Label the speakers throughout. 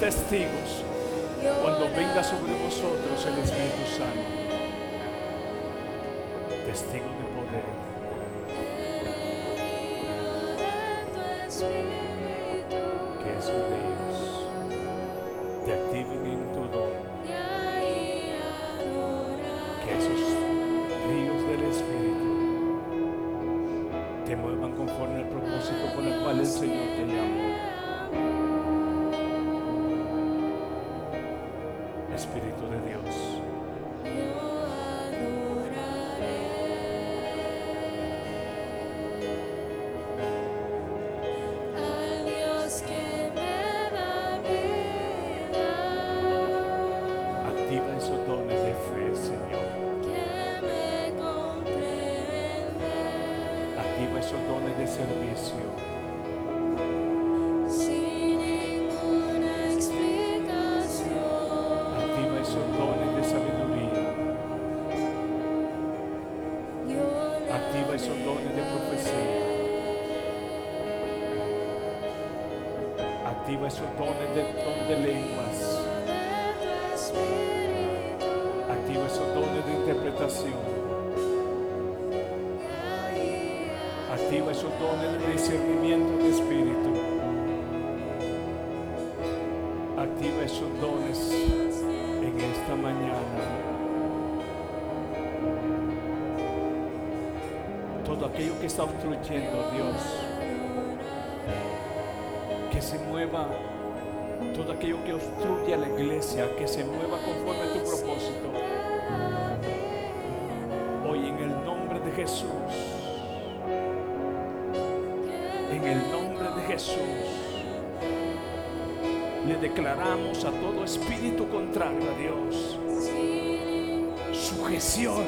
Speaker 1: testigos cuando venga sobre vosotros el Espíritu Santo. Testigo de poder. que es de ellos. Te activen en tu don. Que esos ríos del Espíritu te muevan conforme al propósito con el cual el Señor te llamó. Espíritu de Dios, activa esos dones de fe, Señor. Activa esos dones de servicio. Activa esos dones de sabiduría. Activa esos dones de profecía. Activa esos dones de don de lenguas. Activa esos dones de interpretación. Activa esos dones de discernimiento de espíritu. Activa esos dones en esta mañana. Todo aquello que está obstruyendo, Dios, que se mueva. Todo aquello que obstruye a la iglesia, que se mueva conforme a tu propósito. Hoy en el nombre de Jesús. En el nombre de Jesús, le declaramos a todo espíritu contrario a Dios, sujeción,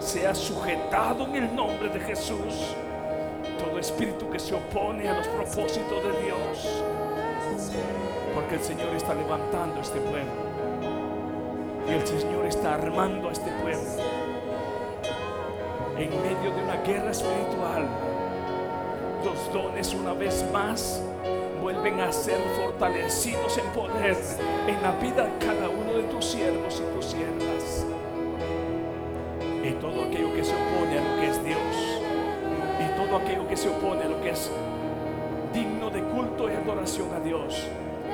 Speaker 1: sea sujetado en el nombre de Jesús. Todo espíritu que se opone a los propósitos de Dios, porque el Señor está levantando a este pueblo y el Señor está armando a este pueblo en medio de una guerra espiritual los dones una vez más vuelven a ser fortalecidos en poder en la vida de cada uno de tus siervos y tus siervas. Y todo aquello que se opone a lo que es Dios, y todo aquello que se opone a lo que es digno de culto y adoración a Dios,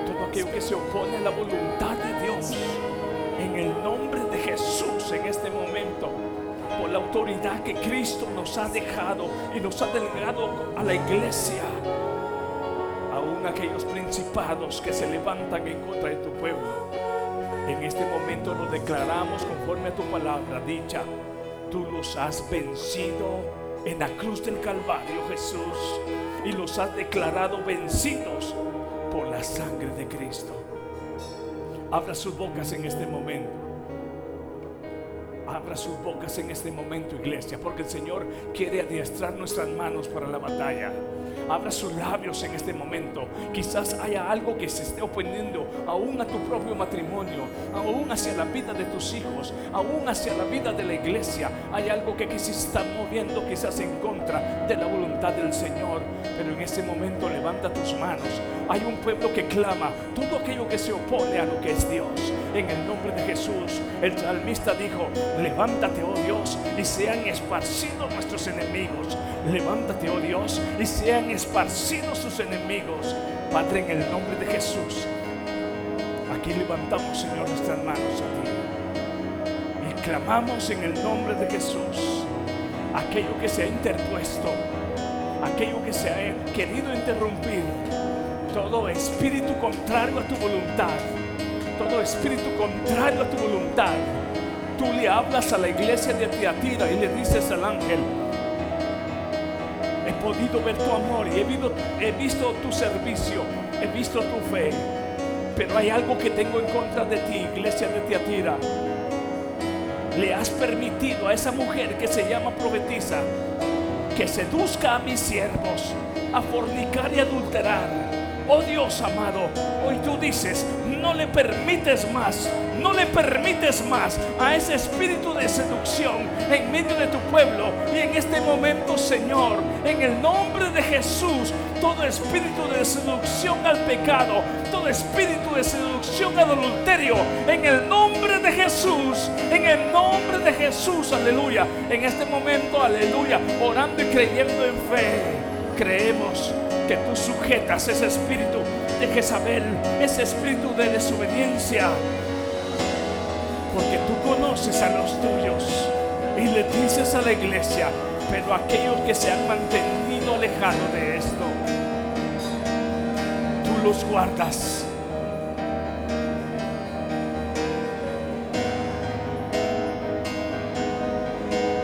Speaker 1: todo aquello que se opone a la voluntad de Dios, en el nombre de Jesús en este momento por la autoridad que Cristo nos ha dejado y nos ha delegado a la iglesia. Aún aquellos principados que se levantan en contra de tu pueblo. En este momento lo declaramos conforme a tu palabra dicha. Tú los has vencido en la cruz del Calvario, Jesús, y los has declarado vencidos por la sangre de Cristo. Abra sus bocas en este momento. Abra sus bocas en este momento, iglesia, porque el Señor quiere adiestrar nuestras manos para la batalla. Abra sus labios en este momento. Quizás haya algo que se esté oponiendo aún a tu propio matrimonio, aún hacia la vida de tus hijos, aún hacia la vida de la iglesia. Hay algo que se está moviendo quizás en contra de la voluntad del Señor. Pero en este momento levanta tus manos. Hay un pueblo que clama todo aquello que se opone a lo que es Dios. En el nombre de Jesús, el salmista dijo, levántate, oh Dios, y sean esparcidos nuestros enemigos. Levántate, oh Dios, y sean esparcidos sus enemigos. Padre, en el nombre de Jesús, aquí levantamos, Señor, nuestras manos a ti y clamamos en el nombre de Jesús aquello que se ha interpuesto, aquello que se ha querido interrumpir, todo espíritu contrario a tu voluntad, todo espíritu contrario a tu voluntad. Tú le hablas a la iglesia de Tiatira y le dices al ángel, he podido ver tu amor y he visto, he visto tu servicio, he visto tu fe, pero hay algo que tengo en contra de ti, iglesia de Tiatira le has permitido a esa mujer que se llama profetisa que seduzca a mis siervos a fornicar y adulterar. Oh Dios amado, hoy tú dices, no le permites más, No le permites más a ese espíritu de seducción en medio de tu pueblo. Y en este momento, Señor, en el nombre de Jesús, todo espíritu de seducción al pecado, todo espíritu de seducción al adulterio, en el nombre de Jesús, en el nombre de Jesús, aleluya. En este momento, aleluya, orando y creyendo en fe, creemos que tú sujetas ese espíritu de Jezabel, ese espíritu de desobediencia, porque tú conoces a los tuyos y le dices a la iglesia, pero aquellos que se han mantenido alejados de esto, tú los guardas.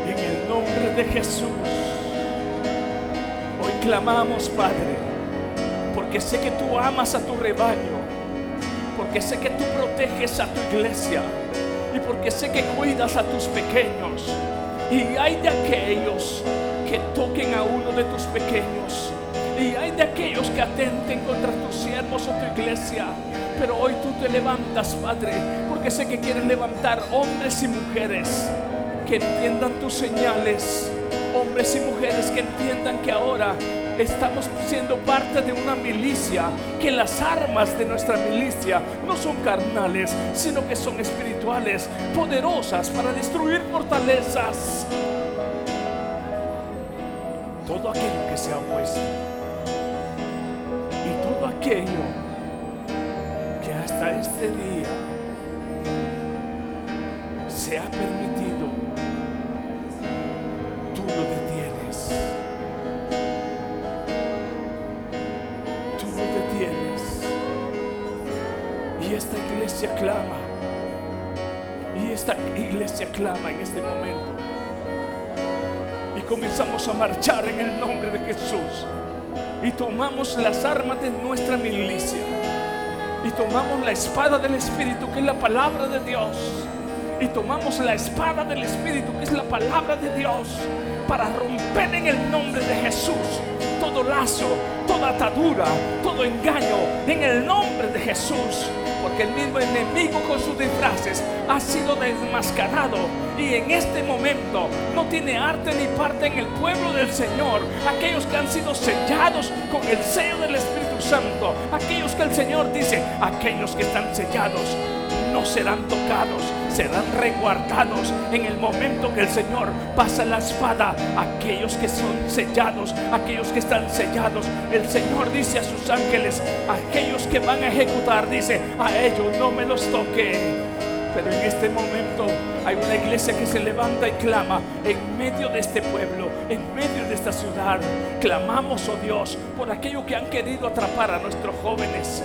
Speaker 1: En el nombre de Jesús, hoy clamamos, Padre, porque sé que tú amas a tu rebaño, porque sé que tú proteges a tu iglesia y porque sé que cuidas a tus pequeños. Y hay de aquellos que toquen a uno de tus pequeños. Y hay de aquellos que atenten contra tus siervos o tu iglesia. Pero hoy tú te levantas, Padre, porque sé que quieren levantar hombres y mujeres que entiendan tus señales. Hombres y mujeres que entiendan que ahora estamos siendo parte de una milicia, que las armas de nuestra milicia no son carnales, sino que son espirituales, poderosas para destruir fortalezas. Todo aquello que se ha opuesto y todo aquello que hasta este día se ha permitido, tú lo detienes. tú no te tienes. Y esta iglesia clama. Y esta iglesia clama en este momento. Y comenzamos a marchar en el nombre de Jesús. Y tomamos las armas de nuestra milicia. Y tomamos la espada del Espíritu, que es la palabra de Dios. Y tomamos la espada del Espíritu, que es la palabra de Dios, para romper en el nombre de Jesús todo lazo, toda atadura, todo engaño, en el nombre de Jesús. Porque el mismo enemigo con sus disfraces ha sido desmascarado. Y en este momento no tiene arte ni parte en el pueblo del Señor. Aquellos que han sido sellados con el sello del Espíritu Santo. Aquellos que el Señor dice, aquellos que están sellados no serán tocados, serán resguardados en el momento que el Señor pasa la espada. Aquellos que son sellados, aquellos que están sellados, el Señor dice a sus ángeles, aquellos que van a ejecutar, dice, a ellos no me los toque. Pero en este momento hay una iglesia que se levanta y clama en medio de este pueblo, en medio de esta ciudad. Clamamos, oh Dios, por aquello que han querido atrapar a nuestros jóvenes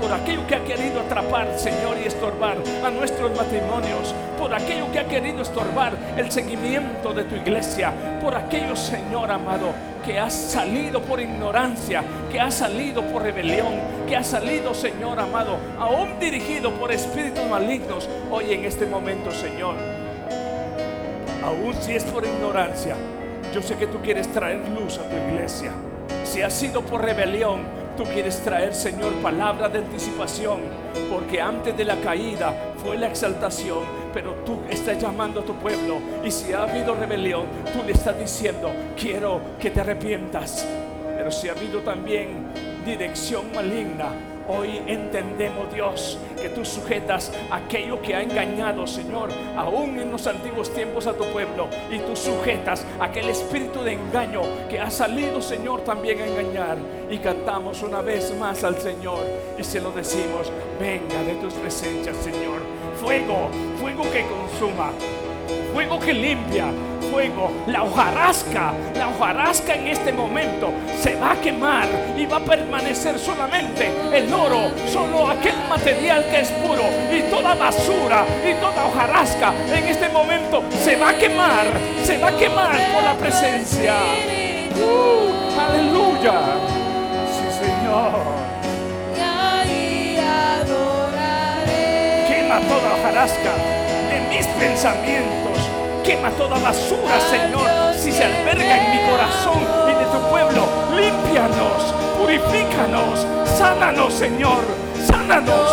Speaker 1: por aquello que ha querido atrapar, Señor, y estorbar a nuestros matrimonios, por aquello que ha querido estorbar el seguimiento de tu iglesia, por aquello, Señor amado, que ha salido por ignorancia, que ha salido por rebelión, que ha salido, Señor amado, aún dirigido por espíritus malignos, hoy en este momento, Señor, aún si es por ignorancia, yo sé que tú quieres traer luz a tu iglesia. Si ha sido por rebelión, Tú quieres traer, Señor, palabra de anticipación, porque antes de la caída fue la exaltación, pero tú estás llamando a tu pueblo y si ha habido rebelión, tú le estás diciendo, quiero que te arrepientas. Pero si ha habido también dirección maligna, Hoy entendemos, Dios, que tú sujetas aquello que ha engañado, Señor, aún en los antiguos tiempos a tu pueblo. Y tú sujetas aquel espíritu de engaño que ha salido, Señor, también a engañar. Y cantamos una vez más al Señor y se lo decimos, venga de tus presencias, Señor. Fuego, fuego que consuma, fuego que limpia, fuego, la hojarasca, la hojarasca en este momento se va a quemar y va a permanecer solamente el oro, solo aquel material que es puro y toda basura y toda hojarasca en este momento se va a quemar, se va a quemar por la presencia. Uh, aleluya. Sí, Señor.
Speaker 2: y adoraré.
Speaker 1: Quema toda hojarasca de mis pensamientos. Quema toda basura, Señor. Si se alberga en mi corazón y de tu pueblo, límpianos, purifícanos, sánanos, Señor. Sánanos,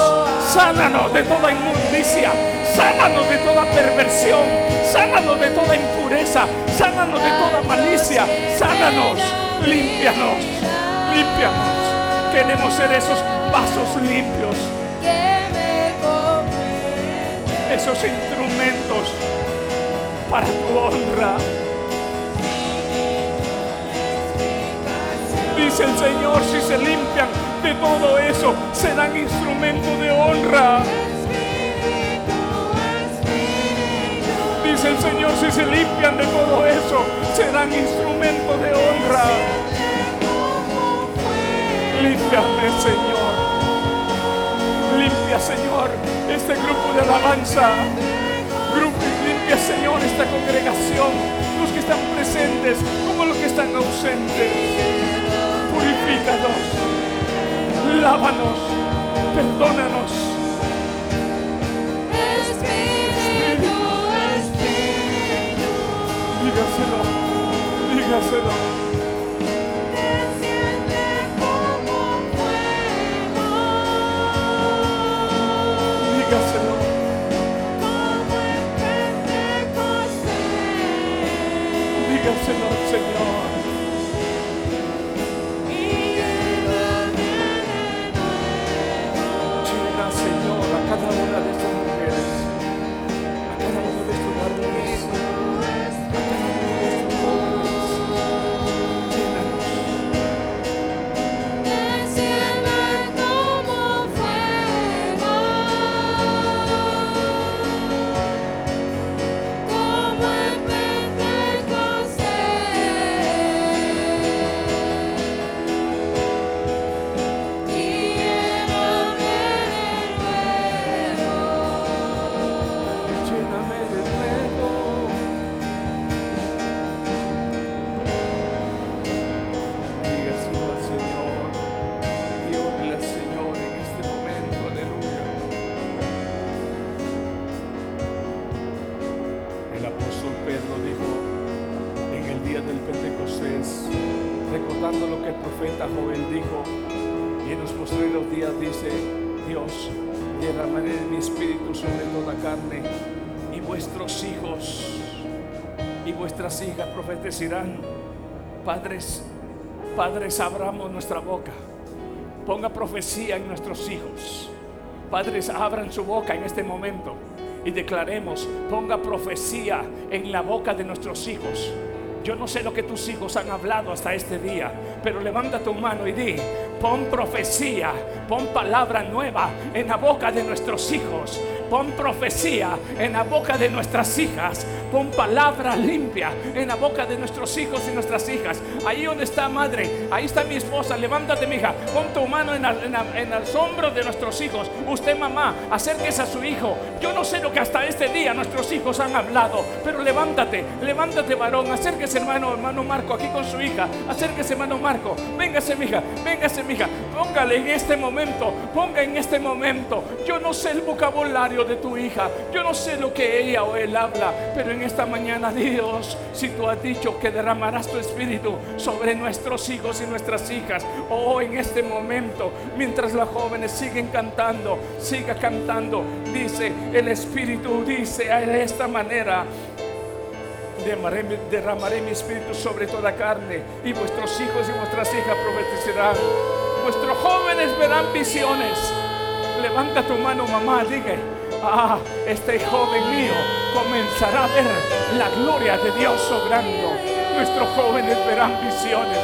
Speaker 1: sánanos de toda inmundicia, sánanos de toda perversión, sánanos de toda impureza, sánanos de toda malicia, sánanos, límpianos, límpianos. Queremos ser esos vasos limpios,
Speaker 2: que me compré
Speaker 1: esos instrumentos para tu honra. Dice el Señor, si se limpian de todo eso, serán instrumentos de honra. Dice el Señor, si se limpian de todo eso, serán instrumentos de honra. Límpiame, Señor. Limpia, Señor, este grupo de alabanza. Grupo, limpia, Señor, esta congregación. Los que están presentes como los que están ausentes. Purifícanos. Lávanos. Perdónanos.
Speaker 2: Espíritu, Espíritu,
Speaker 1: Dígaselo. Dígaselo.
Speaker 2: desciende como fuego,
Speaker 1: Dígaselo.
Speaker 2: como en Pentecostés,
Speaker 1: Dígaselo al Señor.
Speaker 2: y llévame de nuevo.
Speaker 1: Llena, Señor, a cada una de estas mujeres, a cada uno de estos varones, a cada uno de estos jóvenes. Llénanos,
Speaker 2: Desciende como fuego, como en Pentecostés, y llévame de nuevo.
Speaker 1: lléname de nuevo. Dígaselo al Señor y órale al Señor en este momento, aleluya. El apóstol Pedro dijo, en el día del Pentecostés, recordando lo que el profeta Joel dijo, y en los posteriores días dice, Dios, derramaré de mi espíritu sobre toda carne, y vuestros hijos y vuestras hijas profetizarán, padres, padres abramos nuestra boca, ponga profecía en nuestros hijos. Padres, abran su boca en este momento y declaremos, ponga profecía en la boca de nuestros hijos. Yo no sé lo que tus hijos han hablado hasta este día, pero levanta tu mano y di, pon profecía, pon palabra nueva en la boca de nuestros hijos. Pon profecía en la boca de nuestras hijas. Pon palabra limpia en la boca de nuestros hijos y nuestras hijas. Ahí donde está madre, ahí está mi esposa. Levántate, mi hija. Pon tu mano en, el- en el- en los hombros de nuestros hijos. Usted, mamá, acérquese a su hijo. Yo no sé lo que hasta este día nuestros hijos han hablado, pero levántate, levántate, varón. Acérquese, hermano, hermano Marco, aquí con su hija. Acérquese, hermano Marco. Véngase, mija, véngase, mija. Póngale en este momento, ponga en este momento. Yo no sé el vocabulario de tu hija, yo no sé lo que ella o él habla, pero en esta mañana, Dios, si tú has dicho que derramarás tu espíritu sobre nuestros hijos y nuestras hijas, oh, en este momento, mientras las jóvenes siguen cantando, siga cantando, dice el espíritu, dice de esta manera. Derramaré, mi- derramaré mi espíritu sobre toda carne y vuestros hijos y vuestras hijas profetizarán. Vuestros jóvenes verán visiones. Levanta tu mano, mamá, diga, ah, este joven mío comenzará a ver la gloria de Dios sobrando. Nuestros jóvenes verán visiones.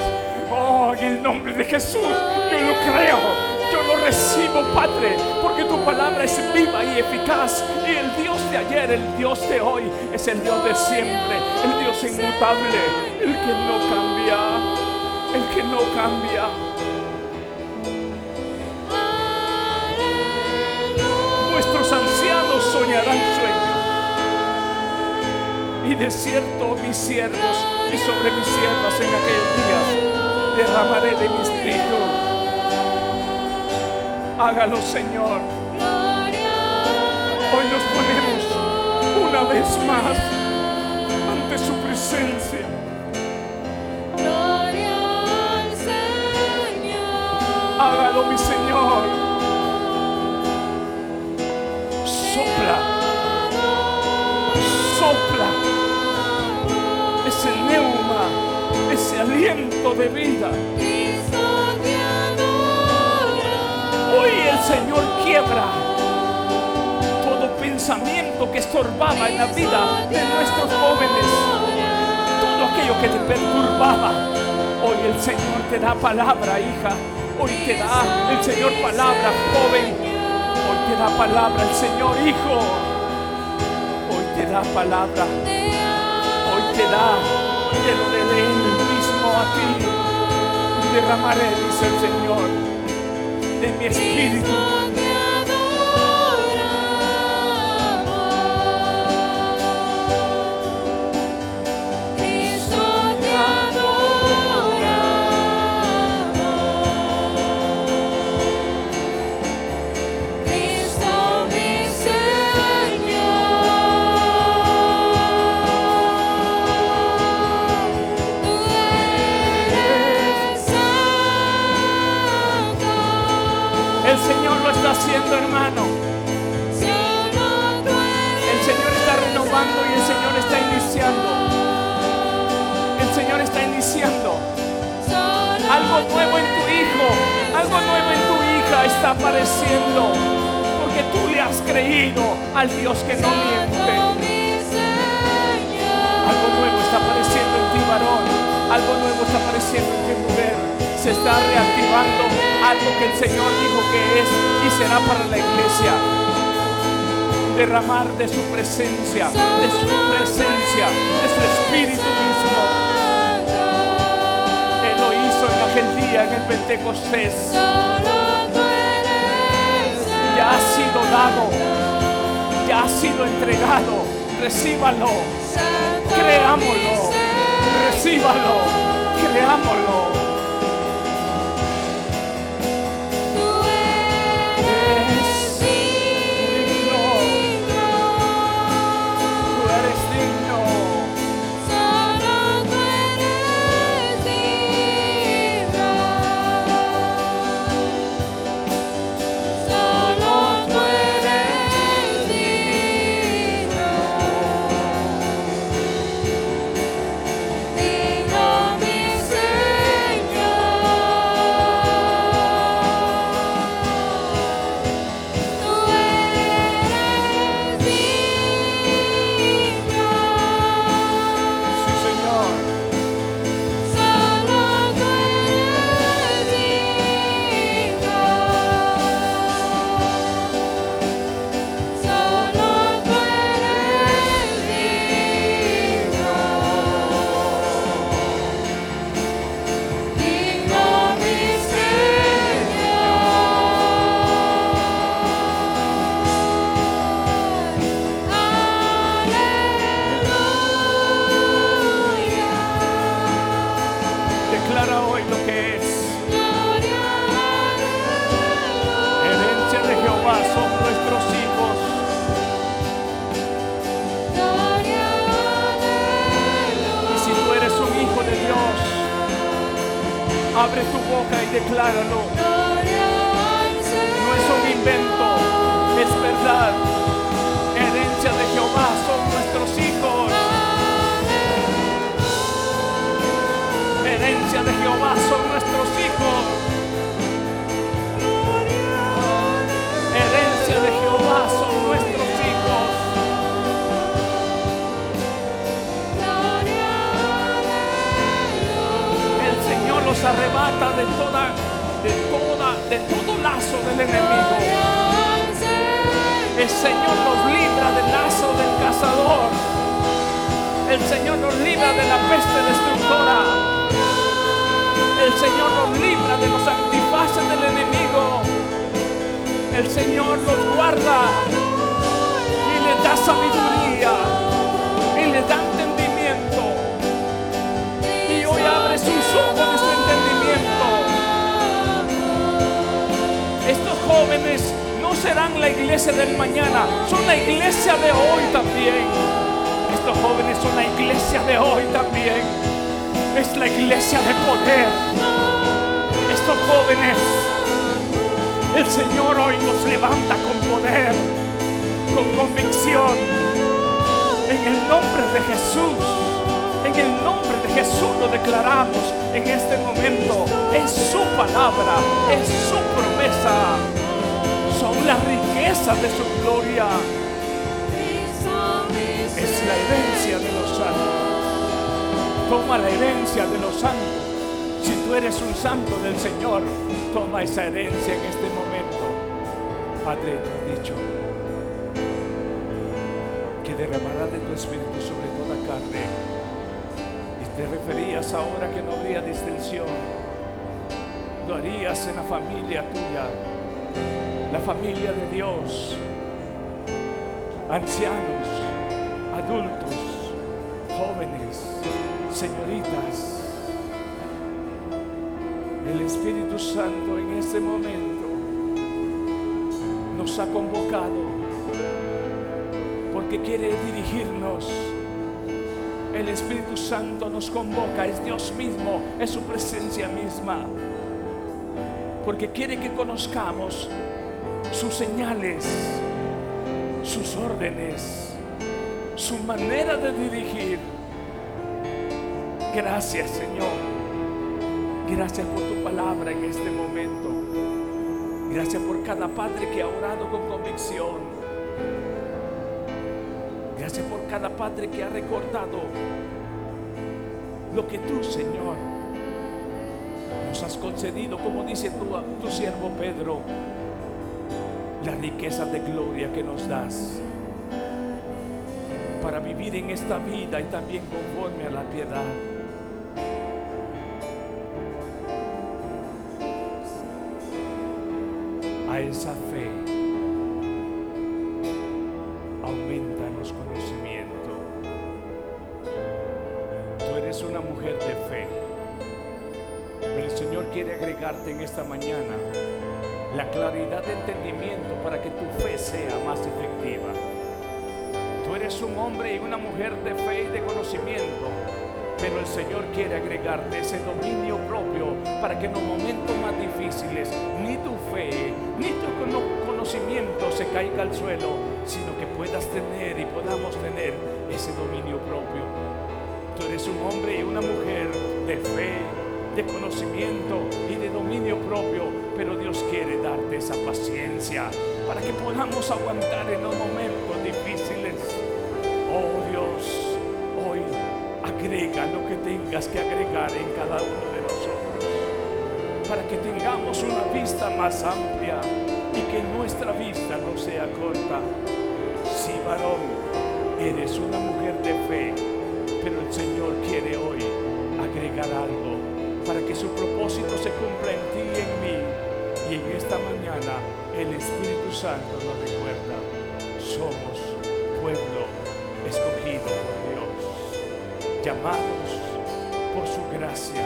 Speaker 1: Oh, en el nombre de Jesús, yo lo creo. Yo lo recibo, Padre, porque tu palabra es viva y eficaz. Y el Dios de ayer, el Dios de hoy, es el Dios de siempre, el Dios inmutable, el que no cambia, el que no cambia. Vuestros ancianos soñarán sueños. Y de cierto mis siervos y sobre mis siervas en aquellos días derramaré de mi espíritu. Hágalo, Señor. Hoy nos ponemos una vez más ante su presencia.
Speaker 2: Gloria al Señor.
Speaker 1: Hágalo, mi Señor. aliento de vida.
Speaker 2: Cristo te adora.
Speaker 1: Hoy el Señor quiebra todo pensamiento que estorbaba en la vida de nuestros jóvenes. Todo aquello que te perturbaba. Hoy el Señor te da palabra, hija. Hoy te da el Señor palabra, joven. Hoy te da palabra el Señor, hijo. Hoy te da palabra. Hoy te da de lo de Él mismo a ti. Derramaré, dice el Señor, de mi espíritu.
Speaker 2: Cristo te adoramos. Cristo te adoramos. Cristo mi Señor. Tú eres santo.
Speaker 1: El Señor lo está haciendo, hermano.
Speaker 2: Solo tú
Speaker 1: El
Speaker 2: eres
Speaker 1: Señor está renovando y el Señor está iniciando. El Señor está iniciando.
Speaker 2: solo
Speaker 1: Algo nuevo en tu hijo, algo nuevo en tu hija está apareciendo. Porque tú le has creído al Dios que no miente.
Speaker 2: santo mi Señor.
Speaker 1: Algo nuevo está apareciendo en ti, varón. Algo nuevo está apareciendo en ti, mujer. Se está reactivando algo que el Señor dijo que es y será para la iglesia. Derramar de su presencia, de su presencia, de su espíritu mismo. Él lo hizo en aquel día, en el Pentecostés.
Speaker 2: Solo tú eres santo.
Speaker 1: Ya ha sido dado, ya ha sido entregado. Recíbalo, creámoslo, recíbalo, creámoslo.
Speaker 2: Tú eres
Speaker 1: Digno,
Speaker 2: digno.
Speaker 1: tú eres digno.
Speaker 2: Solo tú eres digno.
Speaker 1: Oh,
Speaker 2: Solo tú eres digno. Digno mi Señor. Tú eres digno.
Speaker 1: Sí, Señor.
Speaker 2: Solo tú eres digno. Solo tú eres digno. Digno mi Señor. Aleluya.
Speaker 1: Declara hoy lo que es. Herencia de Jehová son nuestros hijos y si tú eres un hijo de Dios, abre tu boca y decláralo. No es un invento, es verdad. Herencia de Jehová son nuestros hijos. Herencia de Jehová son nuestros hijos. Herencia de Jehová son nuestros hijos. El Señor los arrebata de toda, de toda, de todo lazo del enemigo. El Señor nos libra del lazo del cazador. El Señor nos libra de la peste destructora. El Señor nos libra de los antifaces del enemigo. El Señor nos guarda y le da sabiduría y le da entendimiento y hoy abre sus ojos de su entendimiento. Estos jóvenes no serán la iglesia del mañana, son la iglesia de hoy también. Estos jóvenes son la iglesia de hoy también. Es la iglesia de poder. Estos jóvenes, el Señor hoy nos levanta con poder, con convicción. En el nombre de Jesús, en En el nombre de Jesús lo declaramos en este momento. Es su palabra, es su promesa. Son las riquezas de su gloria. Es la herencia de los santos. Toma la herencia de los santos. Si tú eres un santo del Señor, toma esa herencia en este momento. Padre, tú has dicho que derramará de tu espíritu sobre toda carne. Y te referías ahora que no habría distensión. Lo harías en la familia tuya, la familia de Dios, ancianos, adultos, jóvenes, señoritas. El Espíritu Santo en este momento nos ha convocado porque quiere dirigirnos. El Espíritu Santo nos convoca, es Dios mismo, es su presencia misma, porque quiere que conozcamos sus señales, sus órdenes, su manera de dirigir. Gracias Señor, gracias por tu palabra en este momento, gracias por cada padre que ha orado con convicción. Gracias por cada padre que ha recordado lo que tú, Señor, nos has concedido, como dice tu, tu siervo Pedro, la riqueza de gloria que nos das para vivir en esta vida y también conforme a la piedad. A esa fe aumenta los conocimientos. Tú eres una mujer de fe. Pero el Señor quiere agregarte en esta mañana la claridad de entendimiento para que tu fe sea más efectiva. Tú eres un hombre y una mujer de fe y de conocimiento. Pero el Señor quiere agregarte ese dominio propio para que en los momentos más difíciles ni tu fe ni tu cono- conocimiento se caiga al suelo, sino que puedas tener y podamos tener ese dominio propio. Tú eres un hombre y una mujer de fe, de conocimiento y de dominio propio, pero Dios quiere darte esa paciencia para que podamos aguantar en los momentos difíciles. Oh Dios, hoy agrega lo que tengas que agregar en cada uno de nosotros para que tengamos una vista más amplia y que nuestra vista no sea corta. Si varón, eres una mujer de fe, pero el Señor quiere hoy agregar algo para que su propósito se cumpla en ti y en mí. Y en esta mañana el Espíritu Santo nos recuerda, somos pueblo escogido por Dios, llamados por su gracia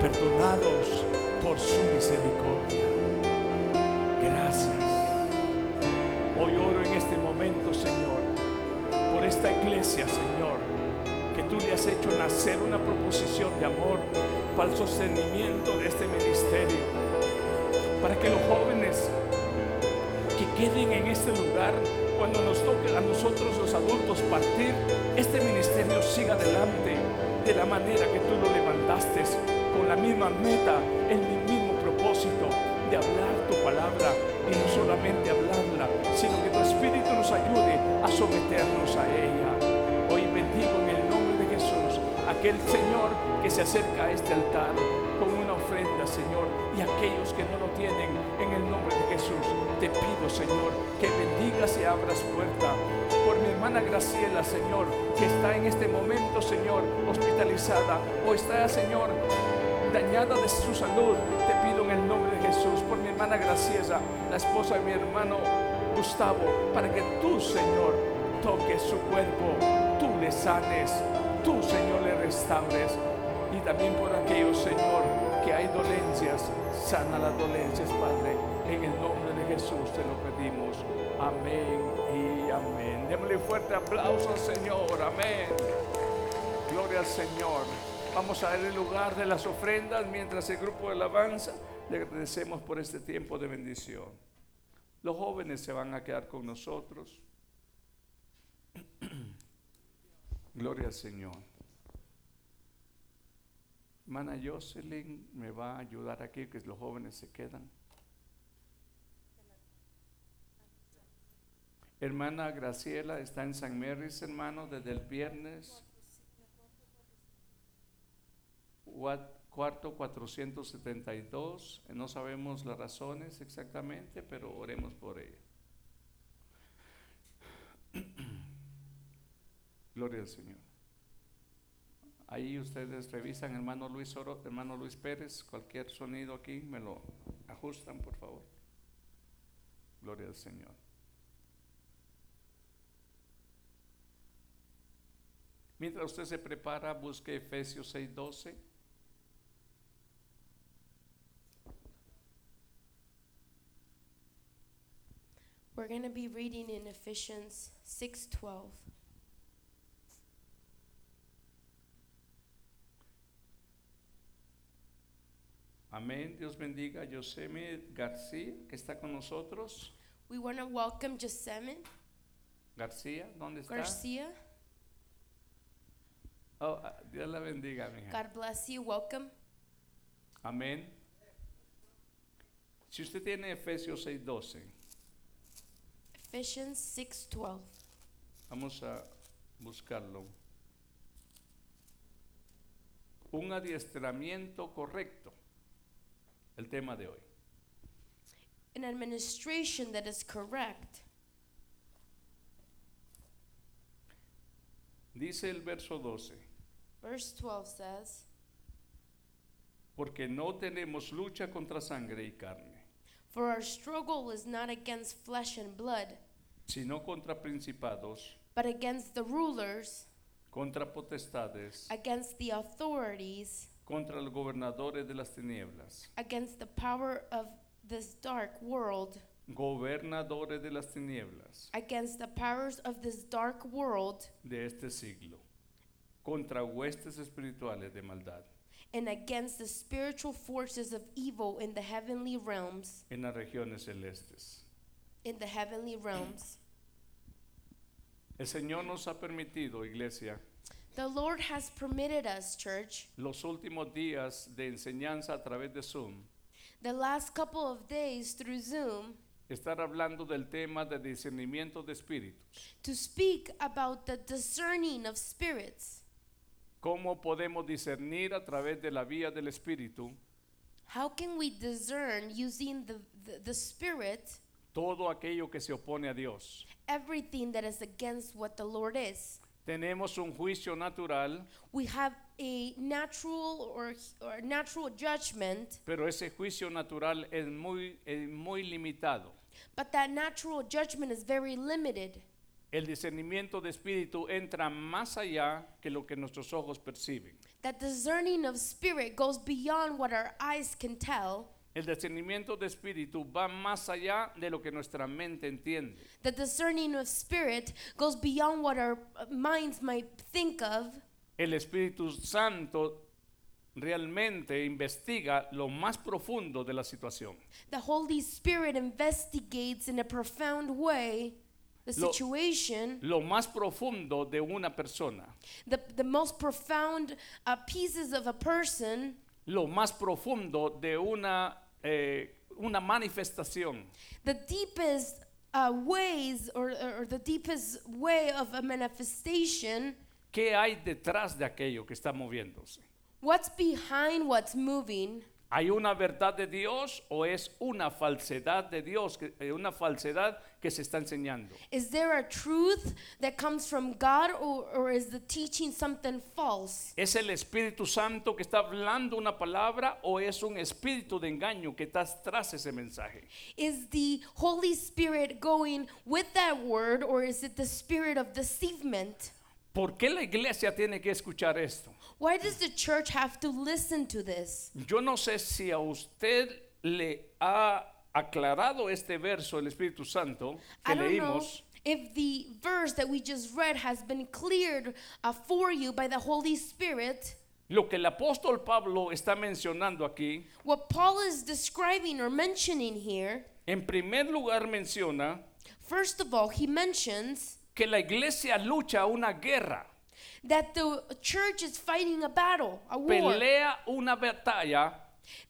Speaker 1: perdonados por su misericordia. Gracias. Hoy oro en este momento, Señor, por esta iglesia, Señor, que tú le has hecho nacer una proposición de amor para el sostenimiento de este ministerio, para que los jóvenes que queden en este lugar cuando nos toque a nosotros los adultos partir, este ministerio siga adelante de la manera que tú lo levantaste, con la misma meta, el mismo propósito de hablar tu palabra y no solamente hablarla, sino que tu Espíritu nos ayude a someternos a ella. Hoy bendigo en el nombre de Jesús aquel Señor que se acerca a este altar con una ofrenda, Señor, y aquellos que no lo tienen, en el nombre de Jesús, te pido, Señor, que bendigas y abras puerta. Por mi hermana Graciela, Señor, que está en este momento, Señor, hospitalizada o está, Señor, dañada de su salud, te pido en el nombre de Jesús, por mi hermana Graciela, la esposa de mi hermano Gustavo, para que tú, Señor, toques su cuerpo, tú le sanes, tú, Señor, le restaures. Y también por aquellos, Señor, que hay dolencias, sana las dolencias, Padre. En el nombre de Jesús te lo pedimos. Amén y amén. Démosle fuerte aplauso al Señor. Amén. Gloria al Señor. Vamos a ver el lugar de las ofrendas mientras el grupo de alabanza le agradecemos por este tiempo de bendición. Los jóvenes se van a quedar con nosotros. Gloria al Señor. Hermana Jocelyn me va a ayudar aquí, que los jóvenes se quedan. Hermana Graciela está en San Mary's, hermano, desde el viernes. Cuat- Cuarto 472. No sabemos las razones exactamente, pero oremos por ella. Gloria al Señor. Ahí ustedes revisan, hermano Luis, Oro- hermano Luis Pérez, cualquier sonido aquí, me lo ajustan, por favor. Gloria al Señor. Mientras usted se prepara, busque Efesios 6:12.
Speaker 3: We're going to be reading in Ephesians 6:12.
Speaker 1: Amén. Dios bendiga a Yosemi García, que está con nosotros.
Speaker 3: We want to welcome Josemin
Speaker 1: García, ¿dónde está?
Speaker 3: Garcia.
Speaker 1: Oh, ah, Dios la bendiga, mija.
Speaker 3: God bless you. Welcome.
Speaker 1: Amén. Si usted tiene Efesios 6:12,
Speaker 3: Ephesians 6:12.
Speaker 1: vamos a buscarlo. Un adiestramiento correcto. El tema de hoy.
Speaker 3: An administration that is correct.
Speaker 1: Dice el verso 12.
Speaker 3: Verse 12 says,
Speaker 1: Porque no tenemos lucha contra sangre y carne,
Speaker 3: "For our struggle is not against flesh and blood,
Speaker 1: sino contra principados,
Speaker 3: but against the rulers,
Speaker 1: contra potestades,
Speaker 3: against the authorities,
Speaker 1: contra los gobernadores de las tinieblas,
Speaker 3: against the power of this dark world,
Speaker 1: gobernadores de las tinieblas
Speaker 3: against the powers of this dark world,
Speaker 1: de este siglo, contra huestes espirituales de maldad
Speaker 3: and against the spiritual forces of evil in the heavenly realms."
Speaker 1: en las regiones celestes.
Speaker 3: in the heavenly realms.
Speaker 1: El Señor nos ha permitido, iglesia,
Speaker 3: The Lord has permitted us, church,
Speaker 1: los últimos días de enseñanza a través de Zoom,
Speaker 3: the last couple of days through Zoom
Speaker 1: estar hablando del tema de discernimiento de espíritus.
Speaker 3: to speak about the discerning of spirits,
Speaker 1: ¿Cómo podemos discernir a través de la vía del espíritu
Speaker 3: how can we discern using the, the, the Spirit
Speaker 1: todo aquello que se opone a Dios?
Speaker 3: everything that is against what the Lord is?
Speaker 1: Tenemos un juicio natural,
Speaker 3: We have a natural or, or natural judgment,
Speaker 1: pero ese juicio natural es muy, es muy limitado.
Speaker 3: but that natural judgment is very limited.
Speaker 1: El discernimiento de espíritu entra más allá que lo que nuestros ojos perciben.
Speaker 3: That discerning of spirit goes beyond what our eyes can tell.
Speaker 1: El discernimiento de espíritu va más allá de lo que nuestra mente entiende.
Speaker 3: The discerning of spirit goes beyond what our uh, minds might think of.
Speaker 1: El Espíritu Santo realmente investiga lo más profundo de la situación.
Speaker 3: The Holy Spirit investigates in a profound way the
Speaker 1: Lo-
Speaker 3: situation,
Speaker 1: Lo más profundo de una persona,
Speaker 3: the, the most profound uh, pieces of a person,
Speaker 1: lo más profundo de una, eh, una manifestación.
Speaker 3: the deepest uh, ways or, or or the deepest way of a manifestation.
Speaker 1: ¿Qué hay detrás de aquello que está moviéndose?
Speaker 3: What's behind what's moving?
Speaker 1: ¿Hay una verdad de Dios o es una falsedad de Dios, que- eh, una falsedad que se está enseñando?
Speaker 3: Is there a truth that comes from God or, or is the teaching something false?
Speaker 1: ¿Es el Espíritu Santo que está hablando una palabra o es un espíritu de engaño que está tras ese mensaje?
Speaker 3: Is the Holy Spirit going with that word, or is it the spirit of deceivement?
Speaker 1: ¿Por qué la iglesia tiene que escuchar esto?
Speaker 3: Why does the church have to listen to this?
Speaker 1: Yo no sé si a usted le ha aclarado este verso el Espíritu Santo que
Speaker 3: I don't know
Speaker 1: leímos,
Speaker 3: if the verse that we just read has been cleared uh, for you by the Holy Spirit.
Speaker 1: lo que el apóstol Pablo está mencionando aquí.
Speaker 3: What Paul is describing or mentioning here,
Speaker 1: En primer lugar menciona
Speaker 3: first of all, he mentions
Speaker 1: que la iglesia lucha una guerra.
Speaker 3: that the church is fighting a battle, a war.
Speaker 1: Pelea una batalla